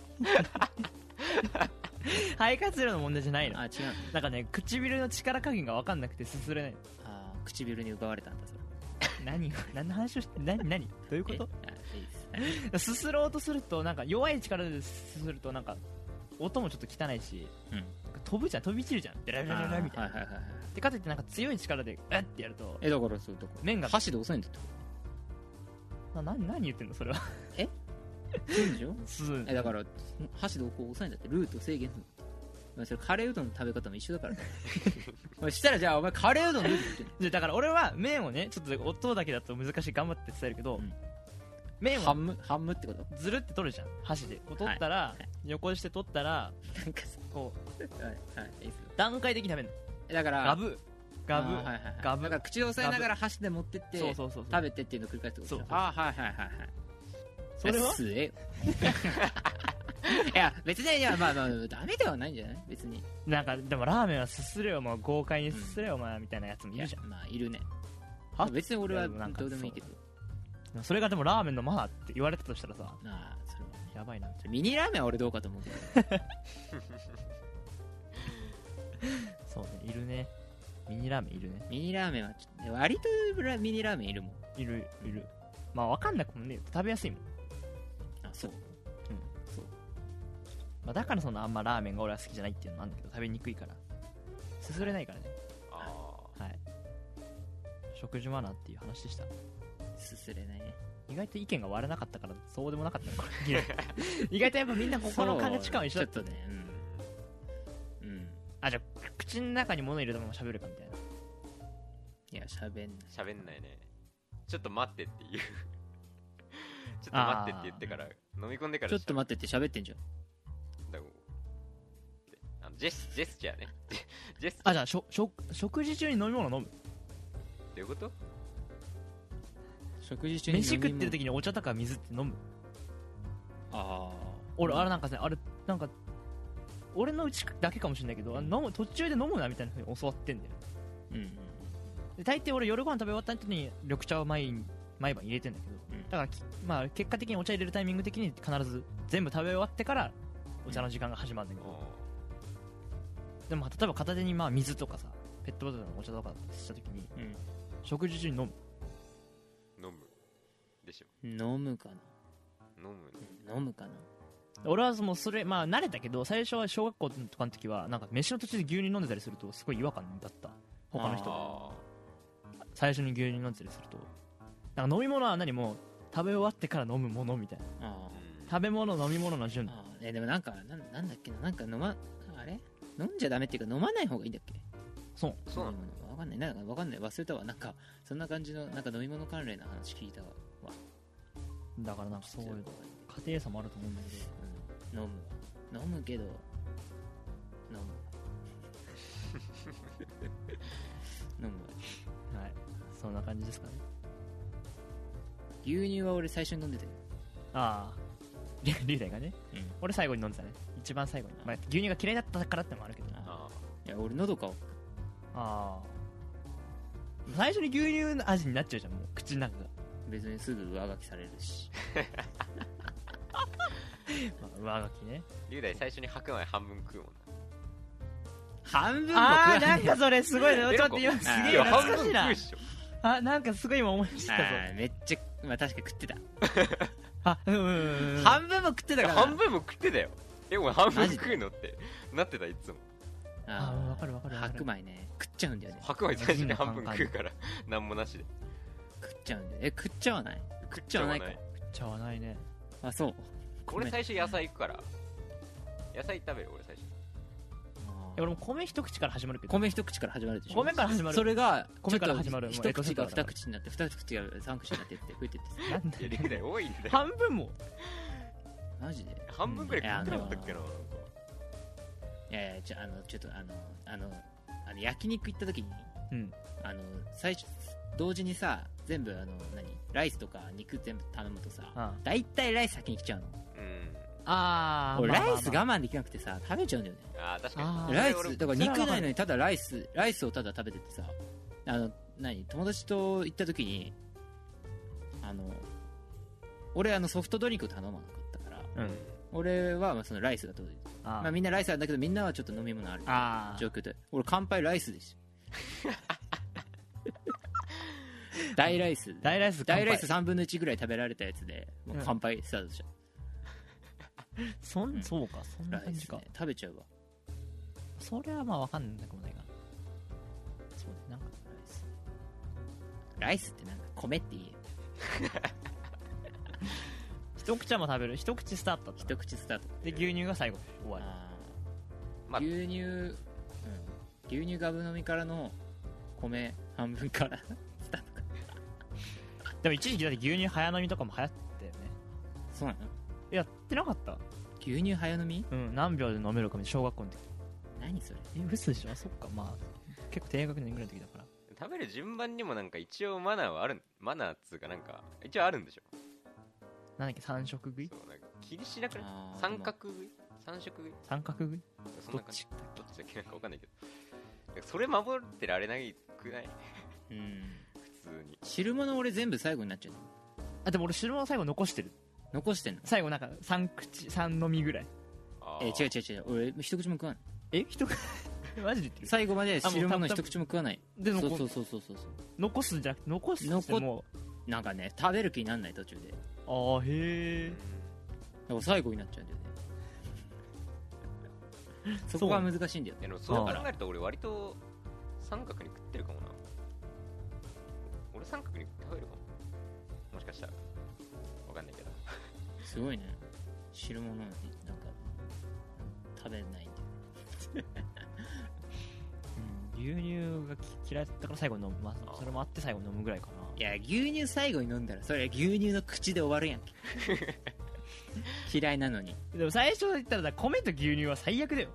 [SPEAKER 2] 肺活量の問題じゃないの
[SPEAKER 1] あ違う
[SPEAKER 2] なんかね唇の力加減が分かんなくてすすれない
[SPEAKER 1] あー唇に奪われたんだそれ
[SPEAKER 2] 何が何の話をして何何どういうこと
[SPEAKER 1] えあいいですはい
[SPEAKER 2] すすろうとするとなんか弱い力ですするとなんか音もちょっと汚いし
[SPEAKER 1] うん
[SPEAKER 2] 飛ぶじゃん飛び散るじゃんベラベラベラベラみたいな、
[SPEAKER 1] あーはいはいはいはい
[SPEAKER 2] でかといってなんか強い力でえってやると
[SPEAKER 1] えだからそうだから
[SPEAKER 2] 麺が
[SPEAKER 1] 箸で押さえんだって
[SPEAKER 2] な何何言ってんのそれは
[SPEAKER 1] そうでしょ
[SPEAKER 2] すす
[SPEAKER 1] えだから箸でこう押さえんだってルート制限するのそれカレーうどんの食べ方も一緒だ からねおいしたらじゃあお前カレーうどんのルート言ってんの
[SPEAKER 2] でだから俺は麺をねちょっと音だけだと難しい頑張って伝えるけど、
[SPEAKER 1] うん
[SPEAKER 2] 麺
[SPEAKER 1] ハ
[SPEAKER 2] を
[SPEAKER 1] ムハムってこと
[SPEAKER 2] ずるって取るじゃん箸でこう取ったら、
[SPEAKER 1] いはい
[SPEAKER 2] 横して取ったら
[SPEAKER 1] なんかさ
[SPEAKER 2] こう
[SPEAKER 1] はいはいいいっすよ
[SPEAKER 2] 段階的に食べるの
[SPEAKER 1] えだから
[SPEAKER 2] ガブガブ、
[SPEAKER 1] あーはいはいはい
[SPEAKER 2] ガブ
[SPEAKER 1] だから口を押さえながら箸で持ってって
[SPEAKER 2] そうそうそうそう
[SPEAKER 1] 食べてっていうのを繰り返すってことでしょ
[SPEAKER 2] そうそうそう
[SPEAKER 1] あーはいはいはいはい
[SPEAKER 2] それは
[SPEAKER 1] 吸えよ いや別にいやまあまあダメではないんじゃない別に
[SPEAKER 2] なんかでもラーメンはすすれよもう豪快にすすれよ、お前みたいなやつも
[SPEAKER 1] い
[SPEAKER 2] いる
[SPEAKER 1] や
[SPEAKER 2] じゃん
[SPEAKER 1] まあいるねまあ別に俺
[SPEAKER 2] い
[SPEAKER 1] は
[SPEAKER 2] やでもなんか
[SPEAKER 1] どうでもいいけど
[SPEAKER 2] でもそれがでもラーメンのマナーって言われたとしたらさ
[SPEAKER 1] なあそれはね
[SPEAKER 2] やばいなみたい
[SPEAKER 1] ミニラーメンは俺どうかと思うけど
[SPEAKER 2] なそうねいるねミニラーメンいるね
[SPEAKER 1] ミニラーメンはちょっと割とラミニラーメンいるもん
[SPEAKER 2] いるいるまあわかんなくもねえよ食べやすいもん、
[SPEAKER 1] あそう
[SPEAKER 2] まあ、だからそのあんまラーメンが俺は好きじゃないっていうのもあるんだけど食べにくいからすすれないからね
[SPEAKER 3] あ
[SPEAKER 2] はい食事マナーっていう話でした
[SPEAKER 1] すすれないね
[SPEAKER 2] 意外と意見が割れなかったからそうでもなかった ねこれ意外とやっぱみんな心の感じ感は一緒だった
[SPEAKER 1] ちょっとねうん、うん、
[SPEAKER 2] あじゃあ口の中に物入れたまま喋るかみたいない
[SPEAKER 1] や喋んない
[SPEAKER 3] 喋んないねちょっと待ってっていう ちょっと待ってって言ってから飲み込んでから
[SPEAKER 1] ちょっと
[SPEAKER 3] 喋
[SPEAKER 1] 待ってって喋ってんじゃん
[SPEAKER 3] だからこうあのジェスジェスチャーねジェスチャー
[SPEAKER 2] あじゃあしょしょ食事中に飲み物飲む
[SPEAKER 3] どういうこと
[SPEAKER 1] 食事中に
[SPEAKER 2] 飯食
[SPEAKER 1] 飲み
[SPEAKER 2] っ
[SPEAKER 1] 物
[SPEAKER 2] てる時にお茶とか水って飲む
[SPEAKER 1] ああ
[SPEAKER 2] 俺あれなんかねあれなんか俺のうちだけかもしれないけどあ飲む途中で飲むなみたいな風に教わってんだよ
[SPEAKER 1] うんうん
[SPEAKER 2] で大抵俺夜ご飯食べ終わった後に緑茶を毎毎晩入れてんだけど
[SPEAKER 1] うん
[SPEAKER 2] だからきまあ、結果的にお茶入れるタイミング的に必ず全部食べ終わってからお茶の時間が始まるんだけど、でも例えば片手にまあ水とかさペットボトルのお茶とかした時に
[SPEAKER 1] うん
[SPEAKER 2] 食事中に飲む
[SPEAKER 3] うん飲むでしょ
[SPEAKER 1] 飲むか
[SPEAKER 3] 飲むね
[SPEAKER 1] な飲むかな
[SPEAKER 2] 俺はもうそれまあ慣れたけど最初は小学校とかの時はなんか飯の途中で牛乳飲んでたりするとすごい違和感だった他の人が
[SPEAKER 3] あ
[SPEAKER 2] 最初に牛乳飲んでたりするとなんか飲み物は何も食べ終わってから飲むものみたいな
[SPEAKER 1] あ
[SPEAKER 3] あ、うん
[SPEAKER 2] 食べ物飲み物の順
[SPEAKER 1] あああえでもなんかなんなんだっけななんか飲まあれ飲んじゃダメっていうか飲まない方がいいんだっけ
[SPEAKER 2] そう
[SPEAKER 3] そうなの
[SPEAKER 1] 飲み物わかんないなんかわかんない忘れたわなんかそんな感じのなんか飲み物関連の話聞いたわ
[SPEAKER 2] だからなんかそういう家庭差もあると思うんだけ
[SPEAKER 1] う
[SPEAKER 2] ど
[SPEAKER 1] ん飲む飲むけど飲 む飲むわ
[SPEAKER 2] はいそんな感じですかね
[SPEAKER 1] 牛乳は俺最初に飲んでたよ
[SPEAKER 2] ああ り龍大がね、
[SPEAKER 1] うん
[SPEAKER 2] 俺最後に飲んでたね一番最後に、まあ、牛乳が嫌いだったからってのもあるけど
[SPEAKER 1] あ
[SPEAKER 3] あ
[SPEAKER 1] いや俺喉か
[SPEAKER 2] ああ最初に牛乳の味になっちゃうじゃんもう口の中が、
[SPEAKER 1] 別にすぐ上書きされるし
[SPEAKER 2] まあ、上書きね
[SPEAKER 3] ー龍大最初に白米半分食うもんな
[SPEAKER 1] 半分も
[SPEAKER 2] ああ
[SPEAKER 1] 食わ
[SPEAKER 2] なんかそれす ごいな
[SPEAKER 3] え
[SPEAKER 2] ちょっと今すげえ
[SPEAKER 1] あー
[SPEAKER 2] 懐かしい
[SPEAKER 3] 食う
[SPEAKER 2] な
[SPEAKER 3] っしょ
[SPEAKER 2] あなんかすごい今思い出したぞ
[SPEAKER 1] あーめっちゃ、まあ、確かに食ってた、
[SPEAKER 2] あうんうんうんうん
[SPEAKER 1] 半分も食ってたから
[SPEAKER 3] 半分も食ってたよえお前半分
[SPEAKER 1] マジで
[SPEAKER 3] 食うのってなってたいつも
[SPEAKER 2] あ
[SPEAKER 1] ー
[SPEAKER 2] わかるわかるわかる
[SPEAKER 1] 白米ね食っちゃうんだよね
[SPEAKER 3] 白米最初に半分食うから何もなしで
[SPEAKER 1] 食っちゃうんだよえ食っちゃわない
[SPEAKER 3] 食っ
[SPEAKER 1] ちゃわないか
[SPEAKER 2] ちゃわないね
[SPEAKER 1] あそう
[SPEAKER 3] 俺最初野菜行くから野菜食べる俺最初
[SPEAKER 1] あ
[SPEAKER 2] い
[SPEAKER 1] ー
[SPEAKER 2] や俺も米一口から始まるけど
[SPEAKER 1] 米一口から始まるでしょ
[SPEAKER 2] 米から始まる
[SPEAKER 1] それが
[SPEAKER 2] 米から始まる
[SPEAKER 1] ちょっと一口が
[SPEAKER 2] もう
[SPEAKER 1] 二
[SPEAKER 2] エトセトラだか
[SPEAKER 1] 口になって二口が三口になってって増えてってさ
[SPEAKER 2] なんだ
[SPEAKER 3] いや
[SPEAKER 2] よ
[SPEAKER 3] 龍大多いんだ よ
[SPEAKER 2] 半分も
[SPEAKER 1] マジで
[SPEAKER 3] 半分くらい食ってなかったっけななんか
[SPEAKER 1] いやいやちょあのちょっとあのあのあの焼肉行った時に
[SPEAKER 2] うん
[SPEAKER 1] あの最初同時にさ全部あの何ライスとか肉全部頼むとさ
[SPEAKER 2] あ
[SPEAKER 1] 大体ライス先に来ちゃうの
[SPEAKER 3] うん
[SPEAKER 2] あ
[SPEAKER 1] 俺ライス
[SPEAKER 2] が
[SPEAKER 1] 我慢できなくてさ食べちゃうんだよね
[SPEAKER 3] あー確か
[SPEAKER 2] あ
[SPEAKER 3] に
[SPEAKER 2] ー
[SPEAKER 1] ライ
[SPEAKER 3] それ
[SPEAKER 1] ス
[SPEAKER 3] 俺
[SPEAKER 1] だから
[SPEAKER 2] それ
[SPEAKER 1] 肉
[SPEAKER 2] はわかる
[SPEAKER 1] ないのにただライスライスをただ食べててさあの何友達と行った時にあの俺あのソフトドリンクを頼まなかったから
[SPEAKER 2] う
[SPEAKER 3] うん
[SPEAKER 2] ん
[SPEAKER 1] 俺はまあそのライスが届いて
[SPEAKER 2] あー
[SPEAKER 1] まあ、みんなライスなんだけどみんなはちょっと飲み物ある
[SPEAKER 2] あ
[SPEAKER 1] 状況で俺乾杯ライスで した大ライス
[SPEAKER 2] 大ライス乾
[SPEAKER 1] 大
[SPEAKER 2] 杯
[SPEAKER 1] ライス3分の1ぐらい食べられたやつでもう乾杯スタートしちゃ
[SPEAKER 2] そ
[SPEAKER 1] うん
[SPEAKER 2] んそうかそん
[SPEAKER 1] う、
[SPEAKER 2] な
[SPEAKER 1] ライ
[SPEAKER 2] 感
[SPEAKER 1] ス
[SPEAKER 2] じか
[SPEAKER 1] ね食べちゃうわ
[SPEAKER 2] それはまあわかんなくもないかなそうねなんか
[SPEAKER 1] ライスライスってなんか米って言え
[SPEAKER 2] 一口はもう食べる一口スタートだった
[SPEAKER 1] 一
[SPEAKER 2] な
[SPEAKER 1] 口スタート
[SPEAKER 2] で牛乳が最後終わり
[SPEAKER 1] あー
[SPEAKER 3] まあ
[SPEAKER 1] 牛乳、うん、牛乳ガブ飲みからの米半分からスタートか
[SPEAKER 2] でも一時期だって牛乳早飲みとかも流行ったよね
[SPEAKER 1] そうなの
[SPEAKER 2] えやってなかった
[SPEAKER 1] 牛乳早飲み
[SPEAKER 2] うん何秒で飲めるかみたいな小学校の時
[SPEAKER 1] 何それ
[SPEAKER 2] え嘘でしょそっかまあ結構低学年ぐらいの時だから
[SPEAKER 3] 食べる順番にもなんか一応マナーはあるマナーっつうかなんか一応あるんでしょ
[SPEAKER 2] なんだっけ三食食い
[SPEAKER 3] そうなんか気にしなくない
[SPEAKER 1] あー
[SPEAKER 3] 三角食い三色食い
[SPEAKER 2] 三角食い
[SPEAKER 3] そん
[SPEAKER 2] ど
[SPEAKER 3] な
[SPEAKER 2] っ
[SPEAKER 3] 感じ
[SPEAKER 2] ち
[SPEAKER 3] どっちだっけなんかわかんないけどなんかそれ守ってられないくない
[SPEAKER 1] でもうん
[SPEAKER 3] 普通通に
[SPEAKER 1] 汁物俺全部最後になっちゃう
[SPEAKER 2] あでも俺汁物最後残してる
[SPEAKER 1] 残してんの
[SPEAKER 2] 最後なんか3口3飲みぐらい
[SPEAKER 3] あ
[SPEAKER 1] え
[SPEAKER 3] ー
[SPEAKER 1] 違う違う違う俺一口も食わない
[SPEAKER 2] え人が マジで言ってる
[SPEAKER 1] 最後まで汁
[SPEAKER 2] あも
[SPEAKER 1] 物
[SPEAKER 2] うた
[SPEAKER 1] 一口も食わない
[SPEAKER 2] で
[SPEAKER 1] そう
[SPEAKER 2] 残
[SPEAKER 1] そうそうそうそうそ
[SPEAKER 2] 残すんじゃなくて残すって
[SPEAKER 1] 残っ
[SPEAKER 2] も
[SPEAKER 1] うなんかね食べる気になんない途中でだか
[SPEAKER 2] うああへえ
[SPEAKER 1] ら最後になっちゃうんだよねそこが難しいんだよ
[SPEAKER 3] でもそう考
[SPEAKER 2] あー
[SPEAKER 3] えると俺割と三角に食ってるかもな俺三角に食べるかももしかしたらわかんないけど
[SPEAKER 1] すごいね汁物なんか食べないんだよ
[SPEAKER 2] うん牛乳がき嫌いだったから最後飲む、まあ、それもあって最後飲むぐらいか
[SPEAKER 1] いや牛乳最後に飲んだらそれ牛乳の口で終わるや んけ嫌いなのに
[SPEAKER 2] なでも最初言ったらだ米と牛乳は最悪だよ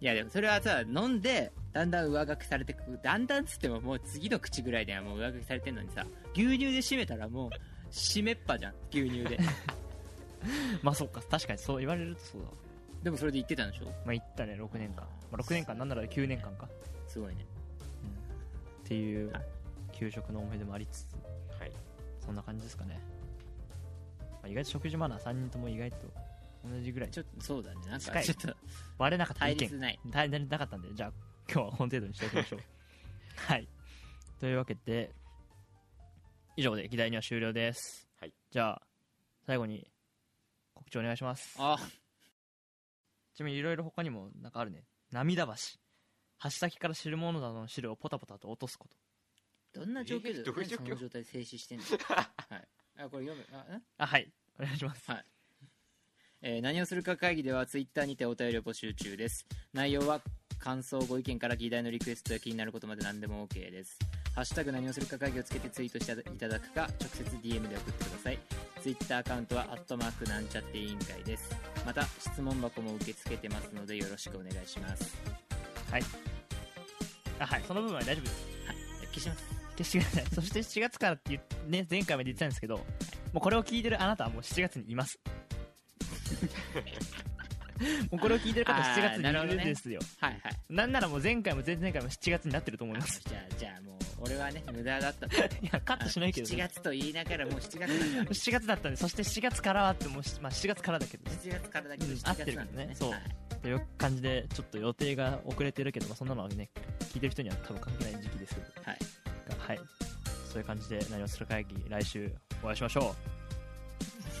[SPEAKER 1] いやでもそれはさ飲んでだんだん上書きされてくだんだんつってももう次の口ぐらいではもう上書きされてんのにさ牛乳で締めたらもう締めっぱじゃん牛乳 で
[SPEAKER 2] まあそっか確かにそう言われるとそうだわ
[SPEAKER 1] でもそれで言ってたんでしょ
[SPEAKER 2] まあ言ったね6年間、まあ、6年間なんなら9年間か、
[SPEAKER 1] すごいね
[SPEAKER 2] っていう
[SPEAKER 1] はい
[SPEAKER 2] 給食の思い出もありつつ
[SPEAKER 3] はい
[SPEAKER 2] そんな感じですかね、まあ、意外と食事マナー3人とも意外と同じぐらい
[SPEAKER 1] ちょっとそうだねなん
[SPEAKER 2] 近
[SPEAKER 1] か
[SPEAKER 2] い
[SPEAKER 1] ちょっと
[SPEAKER 2] 割れなかった
[SPEAKER 1] 対
[SPEAKER 2] 意見
[SPEAKER 1] 立ない
[SPEAKER 2] 大変なかったんでじゃあ今日は本程度にしておき ましょうはいというわけで以上で議題には終了です、
[SPEAKER 3] はい、
[SPEAKER 2] じゃあ最後に告知お願いします
[SPEAKER 1] あ
[SPEAKER 2] ちなみにいろいろ他にもなんかあるね涙橋橋先から汁物などの汁をポタポタと落とすこと
[SPEAKER 1] どんな状況で、
[SPEAKER 3] えーどういう状況
[SPEAKER 1] 何その状態で静止 してんのはいあこれ読むあん
[SPEAKER 2] あはいお願いします
[SPEAKER 1] えー何をするか会議ではツイッターにてお便りを募集中です内容は感想ご意見から議題のリクエストや気になることまで何でも OK ですハッシュタグ何をするか会議をつけてツイートしていただくか直接 DM で送ってくださいツイッターアカウントはアットマークなんちゃって委員会ですまた質問箱も受け付けてますのでよろしくお願いします
[SPEAKER 2] あはいその部分は大丈夫です
[SPEAKER 1] 消します
[SPEAKER 2] 消してくださいそ して7月からって言ってね前回まで言ってたんですけどもうこれを聞いてるあなたはもう7月にい ますもうこれを聞いてる方は7月
[SPEAKER 1] あーなる
[SPEAKER 2] に
[SPEAKER 1] ほ
[SPEAKER 2] い
[SPEAKER 1] ど
[SPEAKER 2] る
[SPEAKER 1] ね
[SPEAKER 2] んですよ
[SPEAKER 1] はいはい
[SPEAKER 2] なんならもう前回も前々回も7月になってると思い
[SPEAKER 1] あ
[SPEAKER 2] ます
[SPEAKER 1] じゃあじゃあもう俺はね無駄だったと
[SPEAKER 2] いやカットしないけど、
[SPEAKER 1] 7
[SPEAKER 2] ね、
[SPEAKER 1] 月と言いながらもう7月なん だ
[SPEAKER 2] 7月だったんでそして7月からはってもうし、まあ、7月からだけどね
[SPEAKER 1] 7月からだけど
[SPEAKER 2] うん
[SPEAKER 1] 7
[SPEAKER 2] 合ってる
[SPEAKER 1] 月
[SPEAKER 2] か
[SPEAKER 1] な
[SPEAKER 2] ら
[SPEAKER 1] んだ
[SPEAKER 2] ねそう
[SPEAKER 1] はい
[SPEAKER 2] という感じでちょっと予定が遅れてるけど、まあ、そんなのはね聞いてる人には多分関係ない時期ですけど
[SPEAKER 1] はい
[SPEAKER 2] はいそういう感じで何をする会議来週お会いしましょ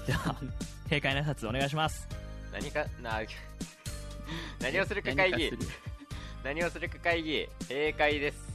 [SPEAKER 2] うでは閉会の挨拶お願いします
[SPEAKER 3] 何かな 何をするか会
[SPEAKER 1] 何
[SPEAKER 3] 議
[SPEAKER 1] かする
[SPEAKER 3] 何をするか会議閉会です